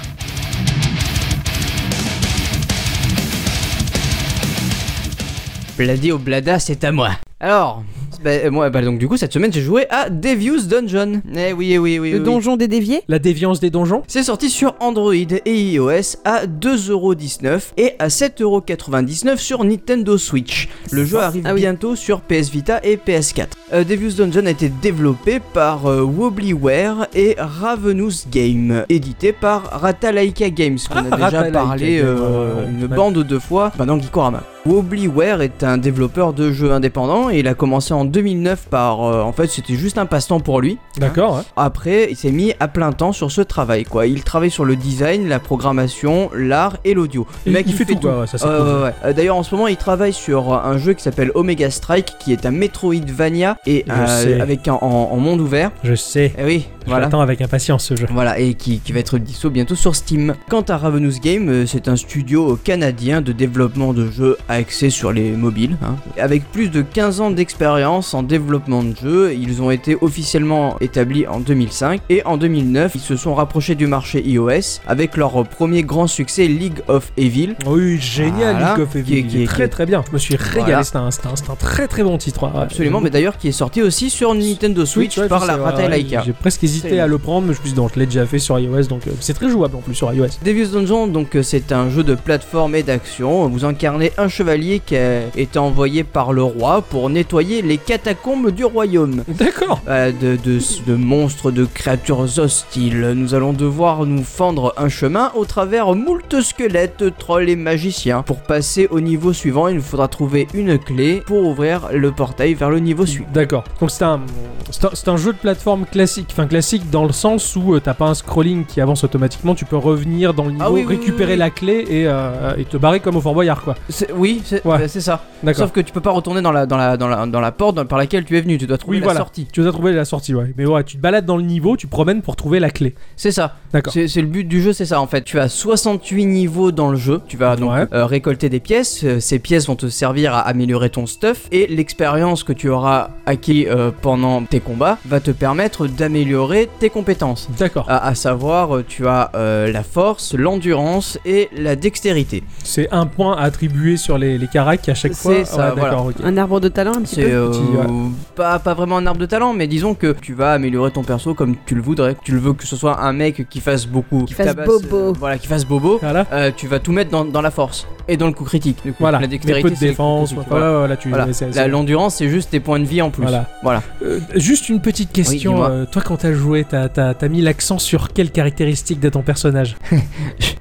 Bladé au blada, c'est à moi. Alors, bah, euh, moi, bah, donc du coup, cette semaine, j'ai joué à Devious Dungeon. Eh oui, eh oui, eh oui.
Le
eh oui.
donjon des déviés
La déviance des donjons
C'est sorti sur Android et iOS à 2,19€ et à 7,99€ sur Nintendo Switch. Le jeu arrive
Ah oui.
bientôt sur PS Vita et PS4. Euh, Devious Dungeon a été développé par euh, Wobblyware et Ravenous Game, édité par Ratalaika Games, qu'on a
Ah,
déjà
Ratalaika
parlé
Games,
euh,
ouais, ouais,
une
ouais.
bande de fois pendant Gikorama. Wobblyware est un développeur de jeux indépendants et il a commencé en 2009 par... euh, en fait, c'était juste un passe-temps pour lui.
D'accord, hein.
Après, il s'est mis à plein temps sur ce travail, quoi. Il travaille sur le design, la programmation, l'art et l'audio. Le
Il-
mec,
il fait tout, quoi, ouais, ça, c'est
Ouais,
cool.
ouais, ouais. Euh, D'ailleurs, en ce moment, il travaille sur euh, un jeu qui s'appelle Omega Strike, qui est un Metroidvania et
Je
euh,
sais.
avec un, en, en monde ouvert.
je sais.
Eh oui,
Je
voilà.
l'attends avec impatience ce jeu.
Voilà, et qui, qui va être disso bientôt sur Steam. Quant à Ravenous Game, euh, c'est un studio canadien de développement de jeux axé sur les mobiles. hein. Avec plus de 15 ans d'expérience en développement de jeux, ils ont été officiellement établis en 2005 et en 2009, ils se sont rapprochés du marché iOS avec leur premier grand succès League of Evil.
Oui, génial,
Voilà.
League of Evil,
Qui est-
il
qui
est
est-
très
qui est-
très bien. Je me suis régalé,
Voilà.
c'était un, c'était un- c'était un très très bon titre. ouais.
Absolument, mais d'ailleurs qui est sorti aussi sur Nintendo Switch
ouais,
par
je
la
sais, ouais,
Ratalaika.
J'ai presque hésité
Absolument.
à le prendre, mais je me suis dit, non, je l'ai déjà fait sur iOS, donc euh, c'est très jouable en plus sur iOS.
Devious Dungeon, donc euh, c'est un jeu de plateforme et d'action. Vous incarnez un chevalier qui a été envoyé par le roi pour nettoyer les catacombes du royaume.
D'accord
Euh, de, de- de monstres, de créatures hostiles. Nous allons devoir nous fendre un chemin au travers moult squelettes, trolls et magiciens. Pour passer au niveau suivant, il nous faudra trouver une clé pour ouvrir le portail vers le niveau suivant.
D'accord. Donc c'est un, c'est un, c'est un jeu de plateforme classique. Enfin classique dans le sens où euh, t'as pas un scrolling qui avance automatiquement, tu peux revenir dans le niveau,
Ah oui, oui, oui,
récupérer
oui.
la clé et, euh, et te barrer comme au Fort Boyard quoi.
C'est- Oui, c'est
Ouais.
euh, c'est ça.
D'accord.
Sauf que tu peux pas retourner dans la, dans la, dans la, dans la porte dans- par laquelle tu es venu. Tu dois trouver
Oui,
la
voilà.
sortie.
Tu dois trouver la sortie, ouais. Mais ouais, tu te balades dans le niveau, tu promènes pour trouver la clé.
C'est ça.
D'accord.
C'est c'est le but du jeu, c'est ça en fait. Tu as 68 niveaux dans le jeu. Tu vas donc
Ouais.
euh, récolter des pièces. Euh, Ces pièces vont te servir à améliorer ton stuff et l'expérience que tu auras acquis euh, pendant tes combats va te permettre d'améliorer tes compétences.
D'accord.
À, à savoir, euh, tu as euh, la force, l'endurance et la dextérité.
C'est un point à attribuer sur les, les caracs à chaque fois.
C'est ça,
Ouais, d'accord, ok.
Un arbre de talent un petit
C'est
peu
euh,
Petit ouais.
pas, pas vraiment un arbre de talent, mais disons que tu vas améliorer ton perso comme tu le voudrais. Tu le veux que ce soit un mec qui fasse beaucoup,
Qui fasse
tabasse, euh,
bobo.
voilà, qui fasse bobo.
Voilà.
Euh, tu vas tout mettre dans, dans la force et dans le coup critique. Du coup,
Voilà.
la
Mais
dextérité,
peu de
c'est le coup
défense.
critique,
ouais,
voilà.
ouais, ouais, là, tu.
Voilà.
mais c'est-
La- L'endurance, c'est juste tes points de vie en plus.
Voilà.
Voilà.
Euh, juste une petite question.
dis-moi.
euh, toi, quand t'as joué, t'as as, mis l'accent sur quelle caractéristique de ton personnage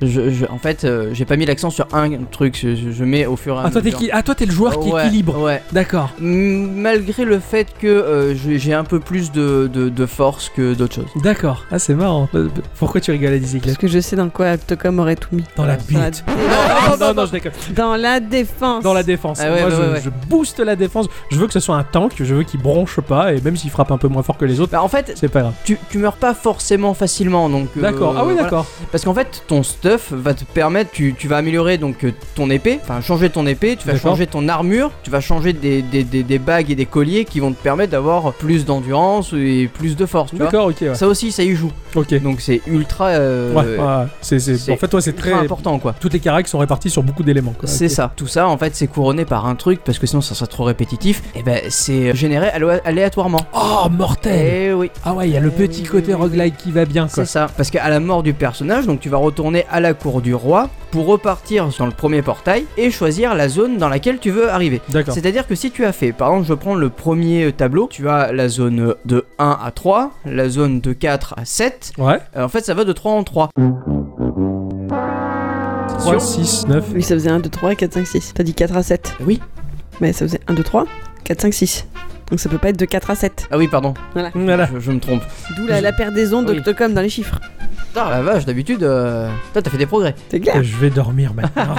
Je- je- en fait, euh, j'ai pas mis l'accent sur un truc. Je, je- je mets au fur et à
Ah, toi, t'es
mesure.
qui Ah, toi, t'es le joueur qui
Ouais,
équilibre.
Ouais.
D'accord.
M- Malgré le fait que euh, j'ai j'ai un peu plus de, de- de force que d'autres choses.
D'accord. Ah, c'est marrant. Euh, Pourquoi tu rigoles à
Parce
bicyclette
que je sais dans quoi Tocom aurait tout mis.
Dans la
Dans la,
bite. Non, non, non, je déconne.
dans la défense.
Dans la défense.
Ah ouais,
Moi,
ouais,
je,
ouais, ouais.
je booste la défense. Je veux que ce soit un tank. Je veux qu'il bronche pas. Et même s'il frappe un peu moins fort que les autres,
Bah, en fait,
c'est pas grave.
tu, tu meurs pas forcément facilement donc. euh,
D'accord. Ah, oui,
voilà.
d'accord.
Parce qu'en fait, ton stuff va te permettre, tu, tu vas améliorer donc euh, ton épée, enfin changer ton épée, tu vas
D'accord.
changer ton armure, tu vas changer des, des, des- des bagues et des colliers qui vont te permettre d'avoir plus d'endurance et plus de force, tu vois.
D'accord, ok, ouais.
Ça aussi, ça y joue.
Ok.
Donc c'est ultra, euh,
Ouais, ouais. C'est- c'est-
c'est
En fait, toi, c'est
ultra
très.
important quoi.
Toutes les caractères sont répartis sur beaucoup d'éléments. quoi.
C'est
Ok.
ça. Tout ça, en fait, c'est couronné par un truc parce que sinon ça serait trop répétitif. Et ben, c'est généré allo- aléatoirement.
Oh, mortel
Eh oui,
Ah ouais, il y a le
Eh
petit
oui,
côté
oui, oui.
roguelike qui va bien, quoi.
c'est ça. Parce qu'à la mort du personnage, donc tu vas retourner à la cour du roi pour repartir dans le premier portail et choisir la zone dans laquelle tu veux arriver.
D'accord.
C'est-à-dire que si tu as fait, par exemple, je prends le premier tableau, tu as la zone de 1 à 3, la zone de 4 à 7,
Ouais.
Euh, en fait ça va de 3 en 3.
3, 6, 9.
Oui, ça faisait 1, 2, 3, 4, 5, 6. T'as dit 4 à 7.
Oui.
Mais ça faisait 1, 2, 3, 4, 5, 6. Donc ça peut pas être de 4 à 7.
Ah oui, pardon,
Voilà.
je, je me trompe.
D'où la, la paire des ondes
Oui.
d'Octocom dans les chiffres.
Ah la vache, d'habitude, euh... toi, t'as fait des progrès.
C'est clair.
Je vais dormir maintenant.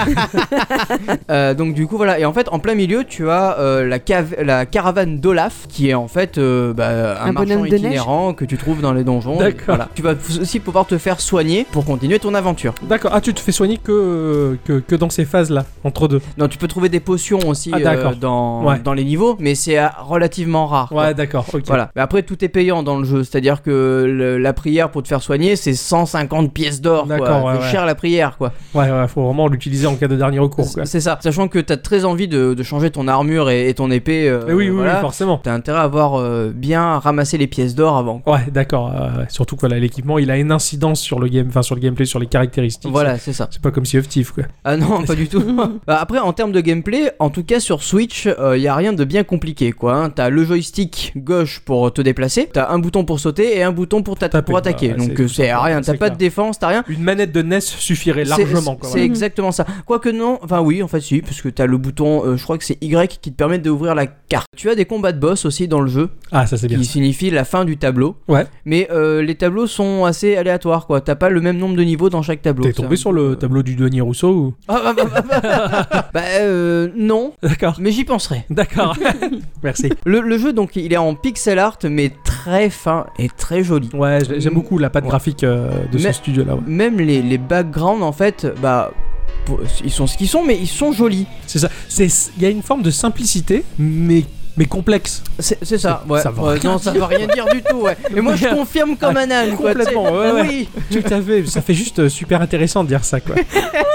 Euh, donc du coup voilà et en fait en plein milieu tu as euh, la, cave- la caravane d'Olaf qui est en fait euh, bah, un,
Un
marchand
bonhomme de
itinérant que tu trouves dans les donjons.
D'accord.
Voilà. Tu vas aussi pouvoir te faire soigner pour continuer ton aventure.
D'accord. Ah, tu te fais soigner que, que, que dans ces phases-là, entre deux.
Non tu peux trouver des potions aussi
Ah,
euh,
d'accord.
dans,
Ouais.
dans les niveaux mais c'est euh, relativement rare. quoi.
Ouais, d'accord. Ok.
Voilà. Mais après tout est payant dans le jeu, c'est-à-dire que le- la prière pour te faire soigner c'est 150 pièces d'or. quoi.
D'accord, ouais,
Fait
ouais.
cher la prière quoi.
Ouais, ouais, faut vraiment l'utiliser en cas de dernier recours, quoi.
C'est ça. Sachant que t'as très envie de, de changer ton armure et, et ton épée. euh,
Mais Eh oui, oui, oui,
voilà.
forcément.
T'as intérêt à avoir euh, bien ramassé les pièces d'or avant. quoi.
Ouais, d'accord. euh, ouais. surtout que voilà, l'équipement, il a une incidence sur le game, enfin sur le gameplay, sur les caractéristiques.
Voilà, c'est ça.
C'est pas comme si Tif, quoi.
Ah non, pas du tout. Bah, Après, en termes de gameplay, en tout cas sur Switch, il y a rien de bien compliqué, quoi. hein. T'as le joystick gauche pour te déplacer, t'as un bouton pour sauter et un bouton pour, t'atta-
Taper,
pour attaquer.
bah,
Donc
c'est-
euh, c'est rien,
c'est
t'as pas
clair.
de défense, t'as rien.
Une manette de NES suffirait
C'est-
largement, quoi.
C'est
voilà.
exactement ça. Quoique non, enfin oui, en fait si, parce que t'as le bouton, euh, je crois que c'est Y qui te permet d'ouvrir la carte. Tu as des combats de boss aussi dans le jeu,
Ah, ça c'est bien.
qui signifie la fin du tableau.
Ouais.
Mais euh, les tableaux sont assez aléatoires, quoi. T'as pas le même nombre de niveaux dans chaque tableau.
T'es
C'est
tombé
un- euh,
sur le tableau du douanier Rousseau ou
Ah, bah, bah, bah, bah. Bah, euh, non,
D'accord.
mais j'y penserai.
D'accord. Merci.
Le, le jeu, donc, il est en pixel art, mais très fin et très joli.
Mm. Ouais, j'ai- j'aime beaucoup la patte
Ouais.
graphique euh, de ce
Mais-
studio-là. ouais.
Même les, les backgrounds, en fait, bah, pour- ils sont ce qu'ils sont, mais ils sont jolis.
C'est ça. C'est il y a une forme de simplicité, mais mais complexe.
C'est c'est ça, ouais.
Ça va
Ouais,
rien Ah,
non, ça va rien dire du tout, ouais. Et moi, je confirme comme un âne, quoi,
Complètement,
tu sais.
ouais, ouais.
Oui.
Tout à fait. Ça fait juste euh, super intéressant de dire ça, quoi.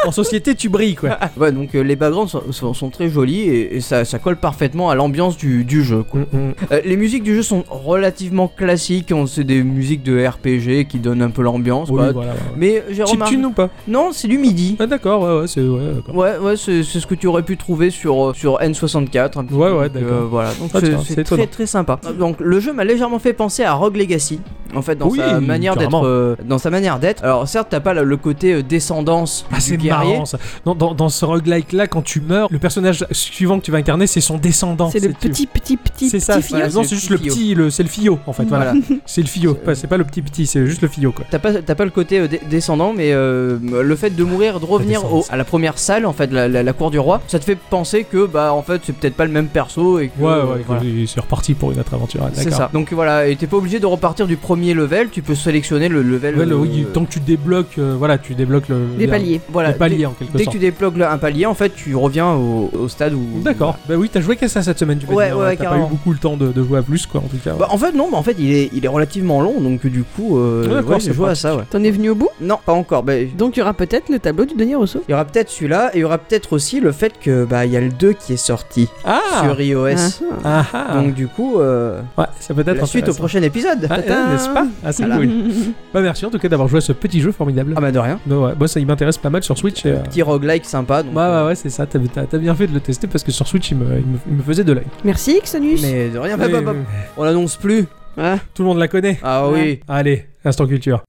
en société, tu brilles, quoi.
Ouais, donc, euh, les backgrounds sont, sont- sont très jolis et, et ça, ça colle parfaitement à l'ambiance du, du jeu, quoi.
Mm, mm.
Euh, les musiques du jeu sont relativement classiques, on- c'est des musiques de RPG qui donnent un peu l'ambiance,
Oui,
quoi.
voilà. ouais.
Mais j'ai remarqué.
Chiptune ou pas
Non, c'est du midi.
Ah, D'accord. Ouais, ouais, c'est ouais, d'accord.
Ouais, ouais, c'est c'est ce que tu aurais pu trouver sur, euh, sur N64. un petit
Ouais,
peu,
ouais,
donc,
d'accord.
euh, voilà, donc
Ah,
c'est-
tiens, c'est
c'est
étonnant.
très très sympa. Donc le jeu m'a légèrement fait penser à Rogue Legacy, en fait, dans
Oui,
sa manière
carrément.
d'être. euh, dans sa manière d'être. Alors certes, t'as pas le- le côté euh, descendance
Ah,
du
c'est
guerrier.
marrant ça. Dans, dans, dans ce roguelike là, quand tu meurs, le personnage suivant que tu vas incarner, c'est son descendant.
C'est le petit, petit, petit,
C'est
petit
ça,
filleul.
voilà. non, c'est
C'est le
juste
petit
le petit, le, c'est le fillot en fait,
Mm.
voilà.
Voilà.
C'est le fillot,
C'est-
Pas- c'est pas le petit petit, c'est juste le fillot quoi.
T'as pas, t'as pas le côté euh, dé- descendant, mais euh, le fait de mourir, de revenir au,
descendance.
à la première salle, en fait, la, la- la cour du roi, ça te fait penser que, bah, en fait, c'est peut-être pas le même perso et que.
Ouais,
euh,
ouais,
voilà.
c'est reparti pour une autre aventure, ah,
C'est
d'accord.
ça. Donc voilà, et t'es pas obligé de repartir du premier level, tu peux sélectionner le level.
Ouais, le-
euh,
oui, tant que tu débloques, euh, voilà, tu débloques le,
Des
le-
paliers.
Voilà,
les paliers
dès-
en quelque
Dès que
sorte.
tu débloques le- un palier, en fait, tu reviens au, au stade où.
D'accord. Bah oui, t'as joué qu'à ça cette semaine, tu vas
Ouais,
dire,
ouais,
hein, T'as pas eu
carrément.
beaucoup le temps de, de jouer à plus, quoi, en tout cas.
Bah, en fait, non, mais en fait, il est, il est relativement long, donc du coup, euh,
Ah, d'accord,
ouais,
c'est
j'ai joué à ça, ouais.
T'en es venu au bout
Non, pas encore. bah, il
Donc il y aura peut-être le tableau du Denis Rousseau.
y aura peut-être celui-là, et il y aura peut-être aussi le fait que bah il y a le 2 qui est sorti
Ah
sur iOS.
Ah,
Ah ah.
Donc du coup, euh,
Ouais, ça peut être
la suite au
intéressant.
prochain épisode.
Ah,
Tadam.
ouais, N'est-ce pas Ah, c'est
Voilà.
cool. Bah merci en tout cas d'avoir joué à ce petit jeu formidable.
Ah bah de rien.
Bah ouais, moi ça il m'intéresse pas mal sur Switch. et, euh, Bah,
Petit roguelike sympa. donc,
Ouais, ouais,
euh,
ouais, c'est ça, t'as t'as- t'as bien fait de le tester parce que sur Switch il me, il me- il me faisait de l'œil.
Merci Xanus.
Mais de rien. bah,
Oui,
bah, bah,
oui, oui.
On l'annonce plus.
Ah.
Tout le monde la connaît.
Ah oui.
Ouais.
Allez, instant culture.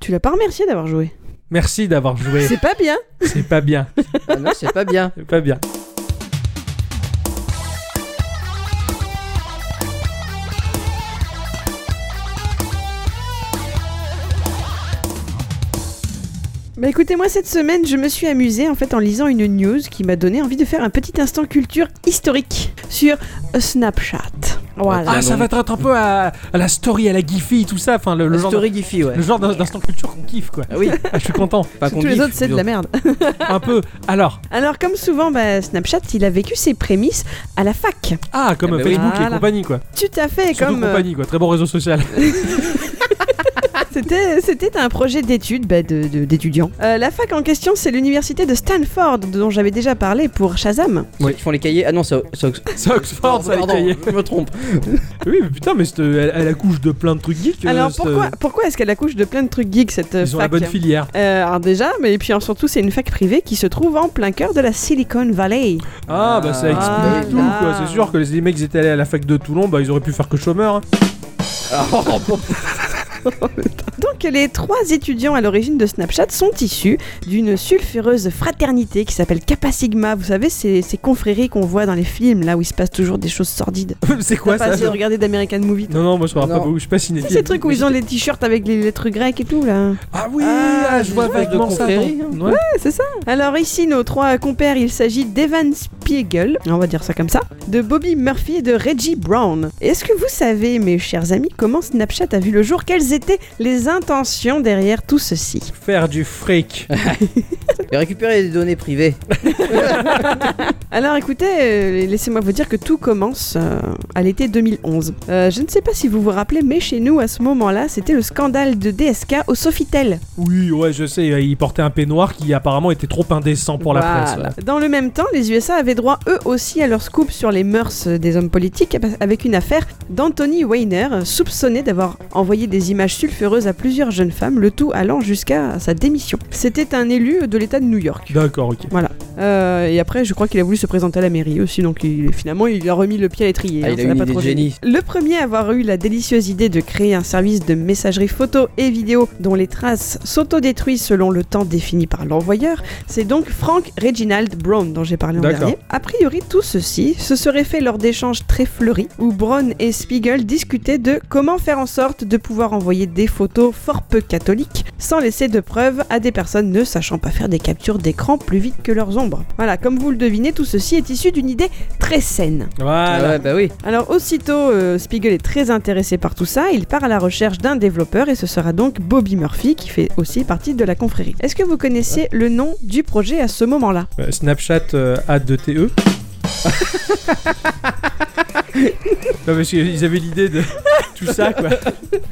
Tu l'as pas remercié d'avoir joué.
Merci d'avoir joué.
C'est pas bien.
C'est pas bien.
Ah non, c'est pas bien.
C'est pas bien.
Bah écoutez, moi cette semaine, je me suis amusée en fait en lisant une news qui m'a donné envie de faire un petit instant culture historique sur euh, Snapchat. Voilà.
Ah, ça va être un peu à, à la story, à la Giphy, tout ça. Enfin, le, le
Le
genre,
story Giphy, ouais.
le genre d'in- d'instant culture qu'on kiffe, quoi.
Ah oui.
Ah, je suis content.
Pas qu'on
Tous les
giffe,
autres, c'est de la merde.
Un peu. Alors,
Alors, comme souvent, bah, Snapchat, il a vécu ses prémices à la fac.
ah, comme
Ah bah oui.
Facebook et
Voilà.
compagnie, quoi.
Tout à fait,
Surtout
comme. euh,
compagnie, quoi. Très bon réseau social.
C'était, c'était un projet d'études bah, de- de- d'étudiants. Euh, la fac en question, c'est l'université de Stanford, dont j'avais déjà parlé pour Shazam.
Ceux qui font les cahiers. Ah non, c'est c'est Oxford.
C'est Oxford, Oh, ça a
Pardon,
été.
Je me trompe.
Oui, mais putain, mais c'est, euh, elle, elle accouche de plein de trucs geeks. euh,
Alors
c'est,
pourquoi,
euh,
pourquoi est-ce qu'elle accouche de plein de trucs geeks cette euh,
Ils ont la
fac
bonne filière.
Euh, Alors déjà, mais et puis en surtout, c'est une fac privée qui se trouve en plein cœur de la Silicon Valley.
Ah, bah ça
Ah,
explique tout,
là.
quoi. C'est sûr que les les mecs, ils étaient allés à la fac de Toulon, bah ils auraient pu faire que chômeur. hein.
Donc les trois étudiants à l'origine de Snapchat sont issus d'une sulfureuse fraternité qui s'appelle Kappa Sigma. Vous savez, c'est ces confréries qu'on voit dans les films, là où il se passe toujours des choses sordides.
c'est quoi
T'as pas
ça
assez regardé d'American Movie toi
Non, non, moi je parle pas
Non.
beaucoup, je suis pas cinéphile.
C'est ces trucs où ils ont les t-shirts avec les lettres grecques et tout là.
Ah oui,
Ah,
ah, je vois
des trucs de
vaguement ça.
confrérie,
attends.
hein.
Ouais.
Alors ici nos trois compères, il s'agit d'Evan Spiegel, on va dire ça comme ça, de Bobby Murphy et de Reggie Brown. Est-ce que vous savez, mes chers amis, comment Snapchat a vu le jour Quelles étaient les intentions derrière tout ceci
Faire du fric.
Et récupérer des données privées.
Alors écoutez, euh, laissez-moi vous dire que tout commence euh, à l'été 2011. Euh, je ne sais pas si vous vous rappelez, mais chez nous à ce moment-là, c'était le scandale de DSK au Sofitel.
Oui, ouais, je sais, euh, il portait un peignoir qui apparemment était trop indécent pour la presse.
Voilà.
ouais.
Dans le même temps, les USA avaient droit eux aussi à leur scoop sur les mœurs des hommes politiques avec une affaire d'Anthony Weiner, soupçonné d'avoir envoyé des images sulfureuses à plusieurs jeunes femmes, le tout allant jusqu'à sa démission. C'était un élu de l'État de New York.
D'accord, ok.
Euh, et après, je crois qu'il a voulu se présenter à la mairie aussi, donc il- finalement, il a remis le pied à l'étrier.
Ah,
hein,
il a
ça
eu
n'a
une
pas
idée
trop
de
gêné.
génie.
Le premier à avoir eu la délicieuse idée de créer un service de messagerie photo et vidéo dont les traces s'autodétruisent selon le temps défini par l'envoyeur, c'est donc Frank Reginald Brown dont j'ai parlé en
D'accord.
dernier. A priori, tout ceci se serait fait lors d'échanges très fleuris où Brown et Spiegel discutaient de comment faire en sorte de pouvoir envoyer des photos fort peu catholiques sans laisser de preuves à des personnes ne sachant pas faire des captures d'écran plus vite que leurs ombres. Voilà, comme vous le devinez, tout ceci est issu d'une idée très saine.
Voilà.
Ah ouais, bah oui.
Alors aussitôt, euh, Spiegel est très intéressé par tout ça, il part à la recherche d'un développeur et ce sera donc Bobby Murphy qui fait aussi partie de la confrérie. Est-ce que vous connaissez le nom du projet à ce moment-là
Euh, Snapchat euh, A2TE. non, parce qu'ils avaient l'idée de tout ça, quoi.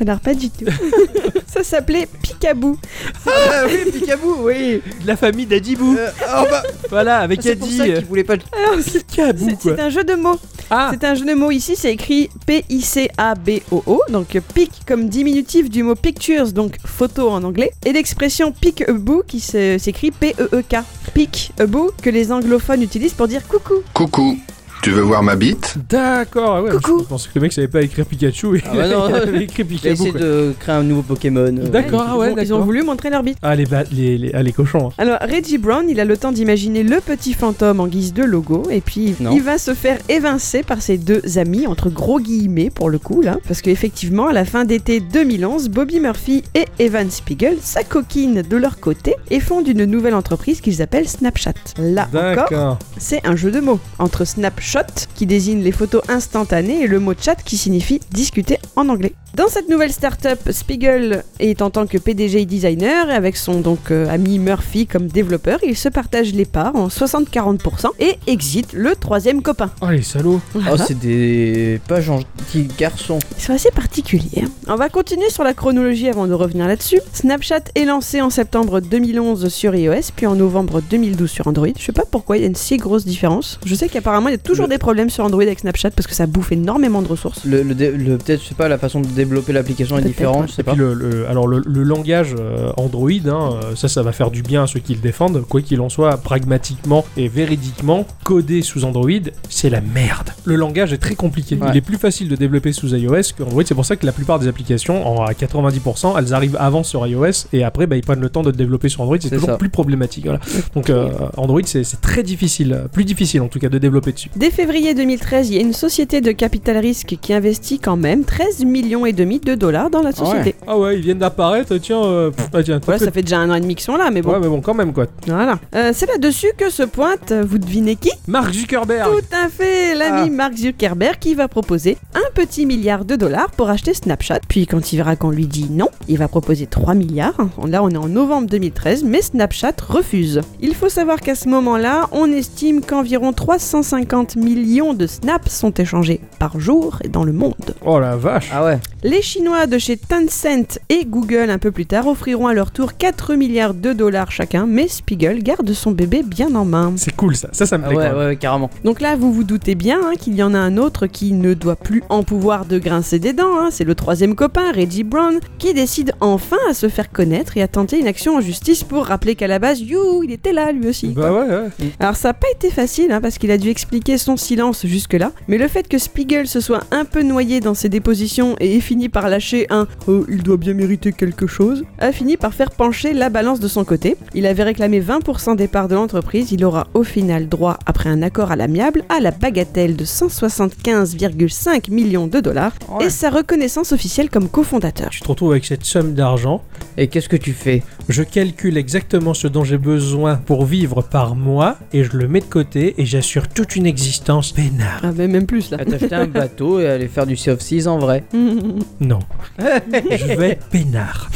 Alors pas du tout. ça s'appelait Picaboo.
bah
Ah oui, Picabou, oui.
De la famille d'Adibou.
Euh, oh bah,
Voilà, avec
c'est pour
Adi.
ça qu'il voulait pas. le-
Alors, c'est-
Picabou,
C'est
quoi.
c'est un jeu de mots.
Ah,
C'est un jeu de mots ici, c'est écrit P-I-C-A-B-O-O, donc euh, pic comme diminutif du mot pictures, donc photo en anglais, et l'expression pick a boo qui se- s'écrit P-E-E-K. Pick a boo que les anglophones utilisent pour dire coucou.
Coucou, tu veux voir ma bite
d'accord. ah Ouais,
Coucou.
Je pensais que le mec savait pas écrire Pikachu. Et
Ah bah non.
il avait écrit
Il a
Picabou,
essayé
quoi.
de créer un nouveau Pokémon. euh,
D'accord, ah ouais,
Ils ont- Ils ont
d'accord.
voulu montrer leur bite.
Ah, les, ba- les, les- ah, les cochons. hein.
Alors Reggie Brown, il a le temps d'imaginer le petit fantôme en guise de logo et puis
Non.
il va se faire évincer par ses deux amis entre gros guillemets pour le coup là parce qu'effectivement à la fin d'été 2011, Bobby Murphy et Evan Spiegel s'acoquinent de leur côté et fondent une nouvelle entreprise qu'ils appellent Snapchat. Là encore,
D'accord.
c'est un jeu de mots entre Snapchat shot qui désigne les photos instantanées et le mot chat qui signifie discuter en anglais. Dans cette nouvelle start-up, Spiegel est en tant que PDG et designer et avec son donc euh, ami Murphy comme développeur, ils se partagent les parts en 60-40% et exit le troisième copain.
Oh les salauds
Oh, c'est des pas gentils garçons.
Ils sont assez particuliers. hein. On va continuer sur la chronologie avant de revenir là-dessus. Snapchat est lancé en septembre 2011 sur iOS, puis en novembre 2012 sur Android. Je sais pas pourquoi il y a une si grosse différence. Je sais qu'apparemment il y a toujours
Le-
des problèmes sur Android avec Snapchat parce que ça bouffe énormément de ressources.
Le, le dé- le- peut-être, je sais pas, la façon de développer l'application est
Peut-être,
différente, je sais
Et
pas.
puis le, le- alors le, le langage euh, Android, hein, euh, ça, ça va faire du bien à ceux qui le défendent. Quoi qu'il en soit, pragmatiquement et véridiquement, coder sous Android, c'est la merde. Le langage est très compliqué.
Ouais.
Il est plus facile de développer sous iOS qu'Android. C'est pour ça que la plupart des applications, en, à 90%, elles arrivent avant sur iOS et après, bah, ils prennent le temps de le développer sur Android. C'est
C'est
toujours
ça.
plus problématique. voilà. Donc euh, Android, c'est c'est très difficile, euh, plus difficile en tout cas de développer dessus.
Dès février 2013, il y a une société de capital risque qui investit quand même 13 millions et demi de dollars dans la société.
Ah ouais, ils viennent d'apparaître. Tiens, euh, pff, ah tiens,
Voilà, ça fait déjà un an et demi qu'ils sont là, mais bon.
Ouais, mais bon, quand même quoi.
Voilà. Euh, c'est là-dessus que se pointe, euh, vous devinez qui
Mark Zuckerberg.
Tout à fait, l'ami Mark Zuckerberg qui va proposer un petit milliard de dollars pour acheter Snapchat. Puis quand il verra qu'on lui dit non, il va proposer 3 milliards. Là, on est en novembre 2013, mais Snapchat refuse. Il faut savoir qu'à ce moment-là, on estime qu'environ 350 millions de snaps sont échangés par jour dans le monde.
Oh la vache.
Ah ouais,
Les Chinois de chez Tencent et Google un peu plus tard offriront à leur tour 4 milliards de dollars chacun, mais Spiegel garde son bébé bien en main.
C'est cool ça, ça ça me
ah
plaît
ouais,
quand même.
ouais, ouais, carrément.
Donc là, vous vous doutez bien hein, qu'il y en a un autre qui ne doit plus en pouvoir de grincer des dents. hein. C'est le troisième copain, Reggie Brown, qui décide enfin à se faire connaître et à tenter une action en justice pour rappeler qu'à la base, you, il était là lui aussi.
Bah ouais, ouais.
Alors ça n'a pas été facile hein, parce qu'il a dû expliquer son silence jusque-là, mais le fait que Spiegel se soit un peu noyé dans ses dépositions et ait fini par lâcher un Oh, il doit bien mériter quelque chose a fini par faire pencher la balance de son côté. Il avait réclamé 20% des parts de l'entreprise, il aura au final droit, après un accord à l'amiable, à la bagatelle de 175,5 millions de dollars et sa reconnaissance officielle comme cofondateur.
Tu te retrouves avec cette somme d'argent.
Et qu'est-ce que tu fais
Je calcule exactement ce dont j'ai besoin pour vivre par mois et je le mets de côté et j'assure toute une existence peinard.
Ah, mais même plus là.
Ah, T'acheter un bateau et aller faire du Sea of Seas en vrai.
Non. je vais être peinard.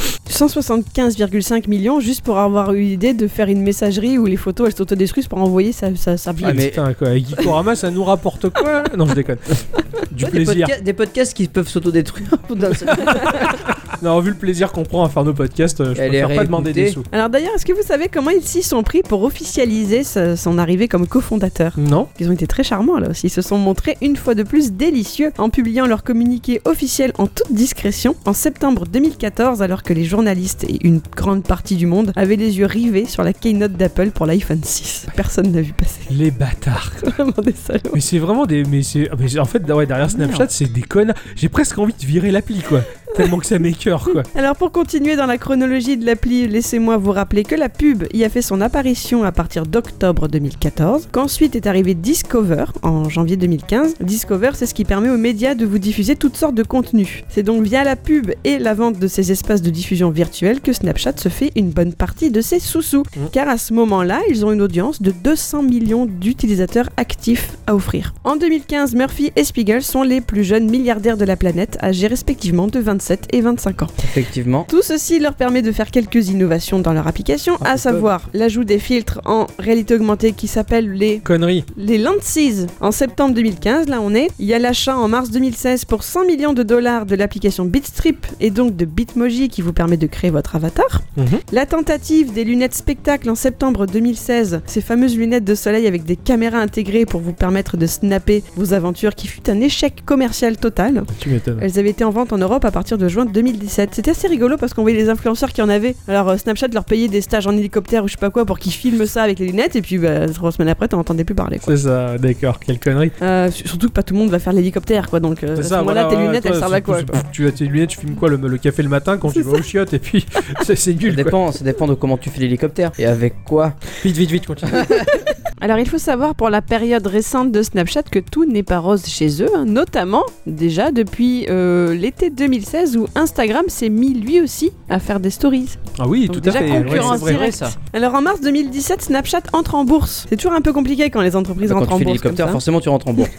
175,5 millions juste pour avoir eu l'idée de faire une messagerie où les photos elles s'autodestruisent pour envoyer sa, sa, sa vie.
Ah, mais-
Putain quoi, avec Gikorama ça nous rapporte quoi Non je déconne. Du
Ouais, des,
plaisir.
podca- des podcasts qui peuvent s'autodétruire. d'un seul-
Non vu le plaisir qu'on prend à faire nos podcasts, euh, je
Elle est
préfère pas demander des sous.
réécoutée.
Alors d'ailleurs, est-ce que vous savez comment ils s'y sont pris pour officialiser sa- son arrivée comme cofondateur
Non
Ils ont été très charmants là aussi, ils se sont montrés une fois de plus délicieux en publiant leur communiqué officiel en toute discrétion en septembre 2014 alors que les journalistes et une grande partie du monde avaient les yeux rivés sur la keynote d'Apple pour l'iPhone 6. Personne n'a vu passer
les bâtards.
vraiment des salauds.
Mais c'est vraiment des. Mais c'est. ah, mais en fait, ouais, derrière Snapchat, c'est des connards. J'ai presque envie de virer l'appli, quoi. Tellement que ça m'écœure, quoi.
Alors pour continuer dans la chronologie de l'appli, laissez-moi vous rappeler que la pub y a fait son apparition à partir d'octobre 2014, qu'ensuite est arrivé Discover en janvier 2015. Discover, c'est ce qui permet aux médias de vous diffuser toutes sortes de contenus. C'est donc via la pub et la vente de ces espaces de diffusion virtuelle que Snapchat se fait une bonne partie de ses sous-sous.
Mm.
Car à ce moment-là, ils ont une audience de 200 millions d'utilisateurs actifs à offrir. En 2015, Murphy et Spiegel sont les plus jeunes milliardaires de la planète, âgés respectivement de 27 et 25 ans.
Effectivement.
Tout ceci leur permet de faire quelques innovations dans leur application, à savoir l'ajout des filtres en réalité augmentée qui s'appellent les
Conneries.
les Lenses. En septembre 2015, là on est, il y a l'achat en mars 2016 pour 100 millions de dollars de l'application Bitstrip et donc de Bitmoji qui vous permet de créer votre avatar.
Mhm.
La tentative des lunettes spectacle en septembre 2016, ces fameuses lunettes de soleil avec des caméras intégrées pour vous permettre de snapper vos aventures qui fut un échec commercial total.
Tu m'étonnes.
Elles avaient été en vente en Europe à partir de juin 2017. C'était assez rigolo parce qu'on voyait les influenceurs qui en avaient. Alors euh, Snapchat leur payait des stages en hélicoptère ou je sais pas quoi pour qu'ils filment ça avec les lunettes et puis bah, trois semaines après t'en entendais plus parler. Quoi.
C'est ça, d'accord, quelle connerie.
Euh, su- surtout que pas tout le monde va faire l'hélicoptère quoi donc euh, à
C'est
ce
ça,
moment-là
voilà,
tes
ouais,
lunettes
toi,
elles servent à
c'est-
quoi
c'est-
quoi.
Tu as tes lunettes, tu filmes quoi le, le café le matin quand tu
C'est
vas aux chiottes et puis c'est c'est
Ça
nul. quoi.
dépend, ça dépend de comment tu fais l'hélicoptère. Et avec quoi
Vite, vite, vite, continue.
Alors il faut savoir pour la période récente de Snapchat que tout n'est pas rose chez eux, hein, notamment déjà depuis euh, l'été 2016 où Instagram s'est mis lui aussi à faire des stories.
Ah oui,
Donc
tout
déjà
à fait. ouais,
concurrence
c'est vrai.
directe.
ça.
Alors en mars 2017, Snapchat entre en bourse. C'est toujours un peu compliqué quand les
Bah,
entreprises
Quand
entrent
tu
en
fais
bourse. Comme ça.
l'hélicoptère, forcément tu rentres en bourse.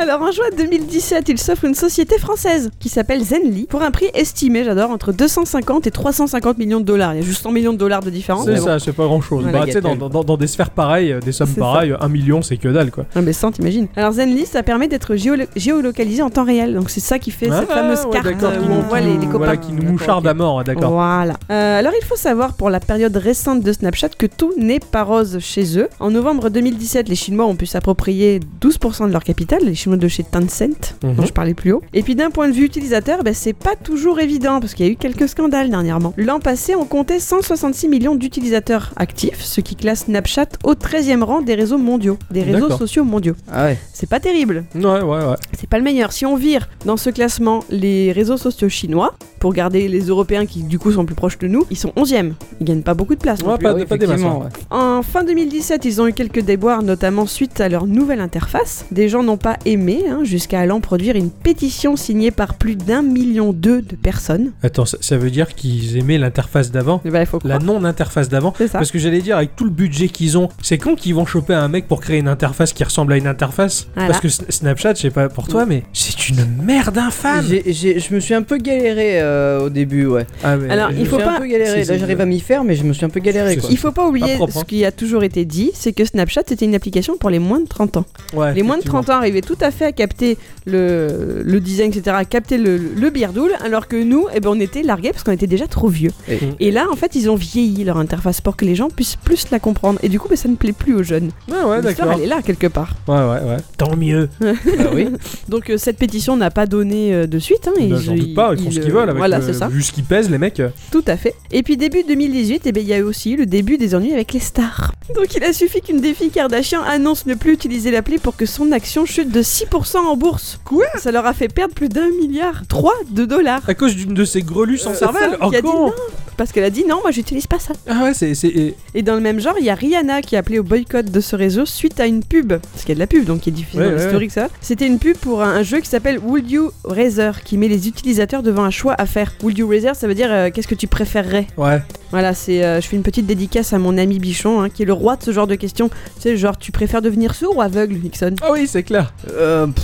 Alors en juin 2017, il s'offre une société française qui s'appelle Zenly pour un prix estimé, j'adore, entre 250 et 350 millions de dollars. Il y a juste 100 millions de dollars de différence.
C'est
mais bon.
ça, c'est pas grand chose.
Voilà,
bah, tu sais, dans,
Gatel.
dans- dans des sphères pareilles, euh, des sommes
C'est ça.
pareilles, un million, c'est que dalle, quoi.
Ah mais 100 t'imagines. Alors Zenly ça permet d'être géolo- géolocalisé en temps réel. Donc c'est ça qui fait
Ah,
cette fameuse
ouais,
carte
d'accord,
euh,
qui
où on
nous-
voit les, les copains.
Voilà, qui nous moucharde à mort, d'accord.
Voilà. Euh, alors il faut savoir pour la période récente de Snapchat que tout n'est pas rose chez eux. En novembre 2017, les Chinois ont pu s'approprier 12% de leur capital, les Chinois de chez Tencent,
Mhm.
dont je parlais plus haut. Et puis d'un point de vue utilisateur, bah, c'est pas toujours évident parce qu'il y a eu quelques scandales dernièrement. L'an passé, on comptait 166 millions d'utilisateurs actifs, ce qui classe Snapchat au 13e rang des réseaux mondiaux, des réseaux
D'accord.
sociaux mondiaux.
Ah ouais.
C'est pas terrible,
Mhm. Ouais, ouais, ouais.
c'est pas le meilleur. Si on vire dans ce classement les réseaux sociaux chinois, pour garder les Européens qui du coup sont plus proches de nous, ils sont 11e. Ils gagnent pas beaucoup de place. non
Ouais,
plus.
pas,
Ah oui,
pas des masses,
effectivement,
ouais.
ouais.
En fin 2017, ils ont eu quelques déboires, notamment suite à leur nouvelle interface. Des gens n'ont pas aimé, hein, jusqu'à allant produire une pétition signée par plus d'un million deux de personnes.
Attends, ça, ça veut dire qu'ils aimaient l'interface d'avant
Eh ben, il faut
La
croire.
non-interface d'avant
C'est ça.
Parce que j'allais dire, avec tout le budget qu'ils ont, c'est quand qu'ils vont choper un mec pour créer une interface qui ressemble à une interface
Voilà. Mm.
Parce que Sn- Snapchat, je sais pas pour toi, mais c'est une merde infâme
J'ai- j'ai- Je me suis un peu galéré euh, au début, ouais.
Ah, mais-
Alors,
euh,
il
Je
faut
me suis
pas-
un peu galéré.
Si, si,
Là, j'arrive
je-
à m'y faire, mais je me suis un peu galéré.
C'est
Quoi.
ça.
Il faut pas oublier
propre, hein.
ce qui a toujours été dit, c'est que Snapchat c'était une application pour les moins de 30 ans.
ouais,
Les moins de
effectivement.
30 ans arrivaient tout à fait à capter le, le design, etc., à capter le, le birdoul, alors que nous, eh ben, on était largués parce qu'on était déjà trop vieux.
Et-
Et là, en fait, ils ont vieilli leur interface pour que les gens puissent plus la comprendre. Et du coup, ben, ça ne plaît plus aux jeunes.
Ah ouais,
L'histoire,
d'accord.
elle est là, quelque part.
Ouais, ouais, ouais. Tant mieux.
Bah oui.
Donc, euh, cette pétition n'a pas donné euh, de suite. hein, et
Bah, J'en
ils-
doute pas, ils font ce qu'ils veulent. Avec
Voilà,
le-
c'est ça.
Vu ce qu'ils pèsent, les mecs. euh,
Tout à fait. Et puis début 2018, eh ben, il y a eu aussi le début des ennuis avec les stars. Donc il a suffi qu'une des filles Kardashian annonce ne plus utiliser l'appli pour que son action chute de 6% en bourse. Quoi Ça leur a fait perdre plus d'un milliard 3 de dollars.
À cause d'une de ces grelues sans
Euh,
cervelle
ça,
Oh,
qui a dit
con
non. Parce qu'elle a dit non, moi j'utilise pas ça.
Ah ouais, c'est- c'est. et-
Et dans le même genre, il y a Rihanna qui a appelé au boycott de ce réseau suite à une pub. Parce qu'il y a de la pub, donc qui est diffusée
Ouais,
dans
ouais,
l'historique, ça. C'était une pub pour un, un jeu qui s'appelle Would You Rather, qui met les utilisateurs devant un choix à faire. Would You Rather, ça veut dire euh, qu'est-ce que tu préférerais
Ouais.
Voilà, c'est, euh, je fais une petite dédicace à mon ami Bichon, hein, qui est le roi de ce genre de questions. Tu sais, genre, tu préfères devenir sourd ou aveugle, Nixon
Ah oui, c'est clair.
Euh, pff,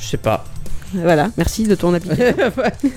je sais pas.
Euh, Voilà, merci de ton application.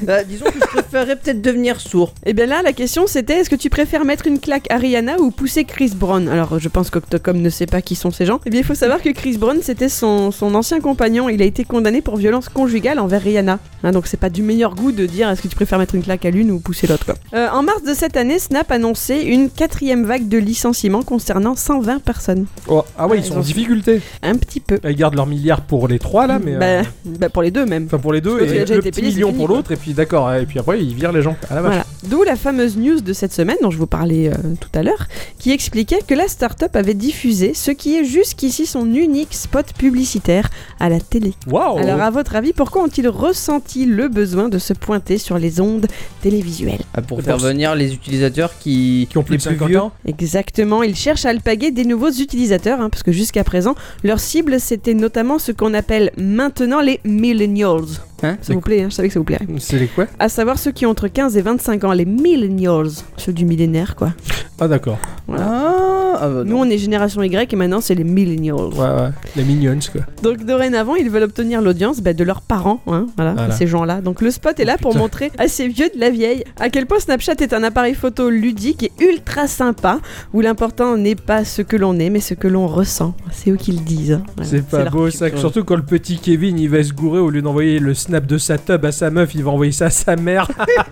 Euh, disons que je préférerais peut-être devenir sourd.
Et Eh bien là, la question c'était est-ce que tu préfères mettre une claque à Rihanna ou pousser Chris Brown Alors, je pense qu'Octocom ne sait pas qui sont ces gens. Et bien, il faut savoir que Chris Brown, c'était son, son ancien compagnon. Il a été condamné pour violence conjugale envers Rihanna. Hein, donc, c'est pas du meilleur goût de dire est-ce que tu préfères mettre une claque à l'une ou pousser l'autre, quoi. Euh, en mars de cette année, Snap annonçait une quatrième vague de licenciements concernant 120 personnes.
Oh, ah ouais,
Ah,
ils
ils
sont en
ont-
difficulté.
Un petit peu.
Ils gardent leur milliard pour les trois, là, mais. euh,
Bah, bah, pour les deux même.
Enfin pour les deux
Parce que tu
et
as déjà
le
été
petit
payé, c'est
million
fini,
pour
quoi.
l'autre et puis d'accord et puis après ils virent les gens à la vache.
Voilà. D'où la fameuse news de cette semaine dont je vous parlais euh, tout à l'heure, qui expliquait que la start-up avait diffusé ce qui est jusqu'ici son unique spot publicitaire à la télé.
Waouh.
Alors à votre avis, pourquoi ont-ils ressenti le besoin de se pointer sur les ondes télévisuelles
Ah, pour
Et
faire
pour-
venir les utilisateurs qui,
Qui ont plus
les
de 50
vieux.
ans.
Exactement, ils cherchent à alpaguer des nouveaux utilisateurs, hein, parce que jusqu'à présent, leur cible c'était notamment ce qu'on appelle maintenant les millennials.
Hein
ça vous plaît, hein, je savais que ça vous plairait.
C'est les quoi
À savoir ceux qui ont entre 15 et 25 ans, les millennials, ceux du millénaire quoi.
Ah d'accord.
Ah, ah bah
Nous,
non.
on est génération Y et maintenant, c'est les millennials.
Ouais ouais. Les minions quoi.
Donc, dorénavant, ils veulent obtenir l'audience bah, de leurs parents, hein, voilà,
Voilà.
ces gens-là. Donc, le spot est là pour
Putain.
montrer à ces vieux de la vieille à quel point Snapchat est un appareil photo ludique et ultra sympa, où l'important n'est pas ce que l'on est, mais ce que l'on ressent. C'est eux qui le disent. hein. Voilà,
c'est pas
leur-
beau ça.
culture.
Surtout quand le petit Kevin il va se gourer au lieu d'envoyer le snap de sa tub à sa meuf il va envoyer ça à sa mère.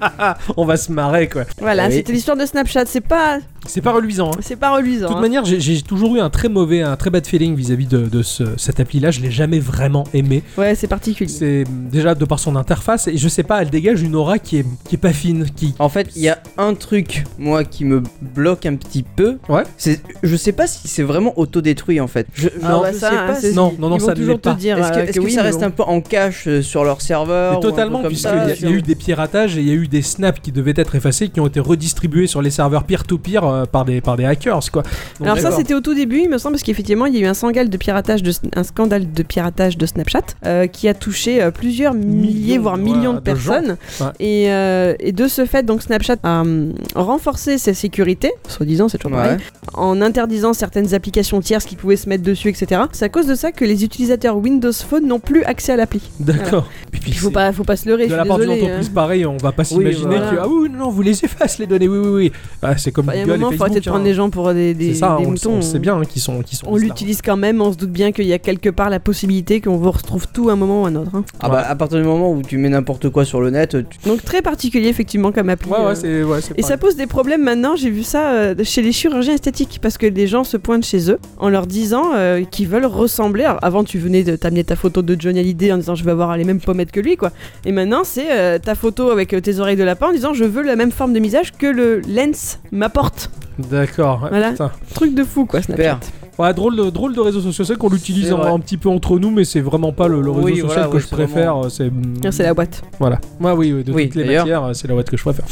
On va se marrer quoi.
Voilà,
Ah oui.
c'était l'histoire de Snapchat. C'est pas,
C'est pas reluisant. Hein.
c'est pas
De
reluisant.
toute
hein.
manière, j'ai- j'ai toujours eu un très mauvais, un très bad feeling vis-à-vis de, de ce- cette appli-là. Je l'ai jamais vraiment aimé.
hein. Ouais, c'est particulier.
C'est déjà de par son interface et je sais pas, elle dégage une aura qui est, qui est pas fine, qui
En fait, il y a un truc, moi, qui me bloque un petit peu.
Ouais.
C'est, je sais pas si c'est vraiment autodétruit, en fait. Je,
Ah
je-
bah
je
ça,
sais
hein,
pas
c'est-
si-
non non non
Ils vont
ça ne l'est
toujours te
pas.
dire
Est-ce que,
euh,
est-ce
que
que
oui,
ça
mais
reste
bon.
un peu en cache euh, sur leur serveur
Mais
ou un
totalement,
truc comme
puisqu'il
ça, hein
y, a- il y a eu des piratages et il y a eu des snaps qui devaient être effacés, qui ont été redistribués sur les serveurs peer-to-peer euh, euh, par, des, par des hackers, quoi. Donc,
Alors ça
D'accord.
c'était au tout début il me semble parce qu'effectivement il y a eu un scandale de piratage de, un scandale de, piratage de Snapchat euh, qui a touché euh, plusieurs milliers
Millions,
voire
ouais,
millions de
de gens.
personnes
Ouais.
et, euh, et de ce fait donc Snapchat a hum, renforcé ses sécurités soi-disant c'est toujours pareil
Ouais.
en interdisant certaines applications tierces qui pouvaient se mettre dessus etc. C'est à cause de ça que les utilisateurs Windows Phone n'ont plus accès à l'appli.
D'accord. Et puis,
Il faut
c'est-
pas, faut pas se leurrer
De
je
la
suis hein.
part d'une
désolée.
entreprise, pareil, on va pas s'imaginer
voilà.
que ah oui, non, non, vous les effacez les données, oui, oui, oui. Ah, c'est comme
Enfin, Bah, Il y a
Google
un moment
et
il faut
Facebook.
arrêter de prendre
hein.
les gens pour des, des,
c'est ça,
des
on, le-
moutons.
on sait bien hein, qu'ils sont, qu'ils sont.
On l'utilise quand même, on se doute bien qu'il y a quelque part la possibilité qu'on vous retrouve tout à un moment ou à un autre. hein.
Ah bah, à partir du moment où tu mets n'importe quoi sur le net, tu-
Donc très particulier effectivement comme appli.
Ouais,
euh.
ouais, c'est. Ouais, c'est
Et ça
pareil.
pose des problèmes maintenant, j'ai vu ça euh, chez les chirurgiens esthétiques, parce que les gens se pointent chez eux en leur disant euh, qu'ils veulent ressembler. Alors, avant, tu venais de t'amener ta photo de Johnny Hallyday en disant je veux avoir les mêmes pommettes que lui, quoi. Et maintenant, c'est euh, ta photo avec euh, tes oreilles de lapin en disant je veux la même forme de visage que le lens m'apporte.
D'accord. ouais,
Voilà.
putain.
Truc de fou, quoi, Snapchat.
super.
Ouais, drôle de, drôle de réseau social. C'est vrai qu'on l'utilise
C'est
un,
vrai.
un petit peu entre nous, mais c'est vraiment pas le, le réseau
Oui,
social
voilà,
que
ouais,
je
c'est
préfère.
vraiment-
euh, C'est.
Tiens, C'est la boîte.
Voilà. Moi, oui, oui, de
Oui,
toutes les
d'ailleurs.
matières, euh, c'est la boîte que je préfère.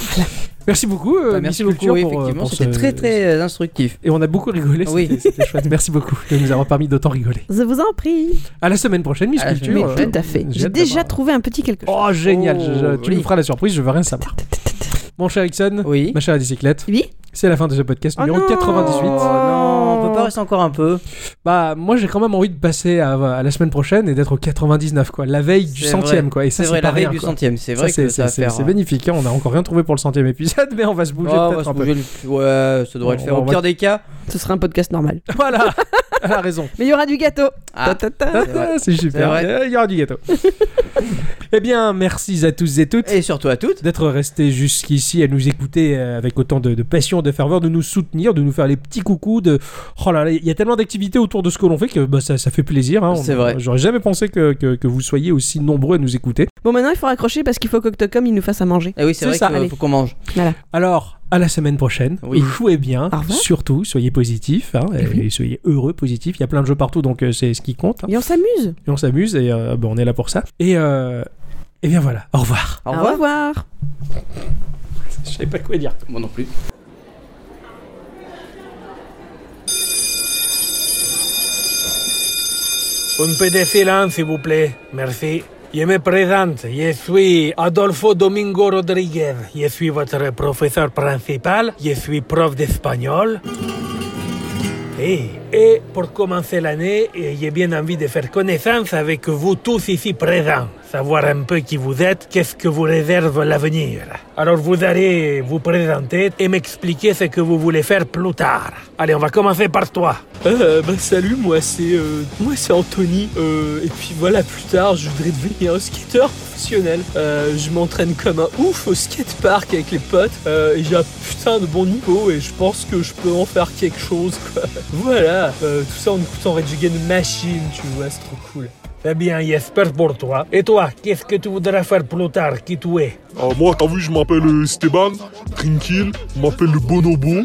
Merci beaucoup. euh,
Bah, merci
Miss
beaucoup,
Culture,
oui,
pour, euh,
effectivement,
pour
c'était
ce-
très très euh, instructif.
Et on a beaucoup rigolé.
Oui.
C'était c'était chouette. Merci beaucoup de nous avoir permis d'autant rigoler.
Je vous en prie.
À la semaine prochaine, Miss
À la
Culture.
semaine
Mais
euh,
prochaine.
tout à fait.
j'ai
J'ai
hâte d'avoir-
déjà trouvé un petit quelque chose.
Oh génial,
Oh,
je- je- tu
joli.
me feras la surprise, je veux rien savoir. Mon cher Ixon,
Oui.
ma chère bicyclette,
Oui
c'est la fin de ce podcast
Oh
numéro
non.
98.
Oh, non, on peut pas rester encore un peu.
Bah moi j'ai quand même envie de passer à, à la semaine prochaine et d'être au 99 quoi, la veille du
C'est
centième
vrai.
quoi. Et ça
C'est vrai,
pas
la veille
rien,
du
quoi.
centième, c'est
Ça,
vrai
c'est-
que ça va
c'est-
faire. euh,
C'est bénéfique, hein, on a encore rien trouvé pour le centième épisode, mais on va se
Oh,
bouger
on va
peut-être
se
un peu.
bouger le- Ouais, ça devrait
On-
le faire.
on
Au
va-
pire des cas.
Ce sera un podcast normal.
Voilà, elle a raison.
Mais il y aura du gâteau.
Ah,
Ta, ta, ta.
c'est vrai.
C'est super, Euh,
C'est
il y aura du gâteau. eh bien, merci à tous et toutes.
Et surtout à toutes.
d'être resté jusqu'ici à nous écouter euh, avec autant de, de passion, de ferveur, de nous soutenir, de nous faire les petits coucous. De... Oh là là, il y a tellement d'activités autour de ce que l'on fait que bah, ça, ça fait plaisir. hein.
C'est vrai.
J'aurais jamais pensé que, que, que vous soyez aussi nombreux à nous écouter.
Bon, maintenant il faut raccrocher parce qu'il faut qu'Octocom il nous fasse à manger.
Et Eh oui, c'est
C'est
vrai
ça,
qu'il
allez.
faut qu'on mange.
Alors, à la semaine prochaine.
Oui.
Jouez bien.
Au revoir.
Surtout, soyez positifs. hein, et, et soyez heureux, positifs. Il y a plein de jeux partout, donc euh, c'est ce qui compte. hein.
Et on s'amuse.
Et on s'amuse et euh, bah, on est là pour ça. Et, euh, et bien voilà. Au revoir.
Au revoir.
revoir.
Je savais pas quoi dire.
Moi non plus.
Un peu de silence, s'il vous plaît. Merci. Je me présente. Je suis Adolfo Domingo Rodriguez. Je suis votre professeur principal. Je suis prof d'espagnol. Et, et pour commencer l'année, eh, j'ai bien envie de faire connaissance avec vous tous ici présents, savoir un peu qui vous êtes, qu'est-ce que vous réserve l'avenir. Alors vous allez vous présenter et m'expliquer ce que vous voulez faire plus tard. Allez, on va commencer par toi.
Euh, bah salut, moi c'est euh, moi c'est Anthony euh, et puis voilà plus tard je voudrais devenir un skateur professionnel. Euh, je m'entraîne comme un ouf au skatepark avec les potes euh, et j'ai un putain de bon niveau et je pense que je peux en faire quelque chose quoi. Voilà, euh, tout ça en écoutant Rage Against the Machine, tu vois, c'est trop cool.
Eh bien, j'espère pour toi. Et toi, qu'est-ce que tu voudras faire plus tard Qui tu es
Ah, moi, t'as vu, je m'appelle euh, Esteban, tranquille, on m'appelle le Bonobo,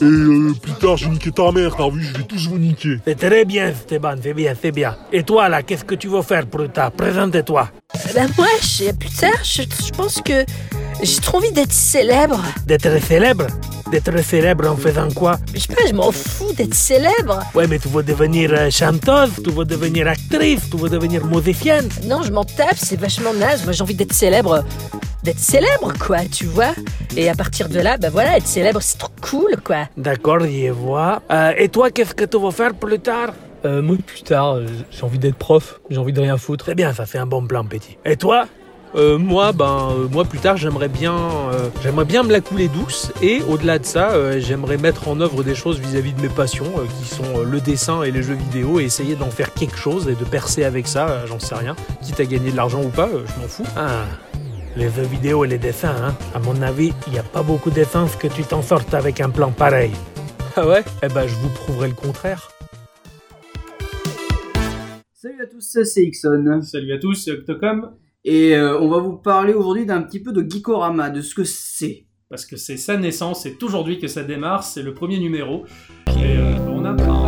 et euh, plus tard, je niqué ta mère, t'as vu, je vais tous vous niquer.
C'est très bien, Stéban, c'est bien, c'est bien. Et toi, là, qu'est-ce que tu veux faire plus tard Présente-toi.
Bah moi, je, plus tard, je, je pense que j'ai trop envie d'être célèbre.
D'être célèbre D'être célèbre en faisant quoi
Je sais pas, je m'en fous d'être célèbre.
Ouais, mais tu veux devenir euh, chanteuse, tu veux devenir actrice, tu veux devenir musicienne.
Non, je m'en tape, c'est vachement naze. Moi, j'ai envie d'être célèbre. D'être célèbre, quoi, tu vois. Et à partir de là, bah voilà, être célèbre, c'est trop cool, quoi.
D'accord, je vois. Euh, et toi, qu'est-ce que tu veux faire plus tard
Euh, moi plus tard euh, j'ai envie d'être prof, j'ai envie de rien foutre.
Très bien, ça c'est un bon plan, petit. Et toi
Euh, moi ben euh, moi plus tard j'aimerais bien euh, j'aimerais bien me la couler douce et au-delà de ça euh, j'aimerais mettre en œuvre des choses vis-à-vis de mes passions euh, qui sont euh, le dessin et les jeux vidéo et essayer d'en faire quelque chose et de percer avec ça, euh, j'en sais rien, quitte à gagner de l'argent ou pas, euh, je m'en fous.
Ah, les jeux vidéo et les dessins, hein. À mon avis, il n'y a pas beaucoup de sens que tu t'en sortes avec un plan pareil.
Ah ouais Eh ben je vous prouverai le contraire.
Salut à tous, c'est Ixon.
Salut à tous, c'est Octocom.
Et euh, on va vous parler aujourd'hui d'un petit peu de Geekorama, de ce que c'est.
parce que c'est sa naissance, c'est aujourd'hui que ça démarre, c'est le premier numéro. Et euh, on a...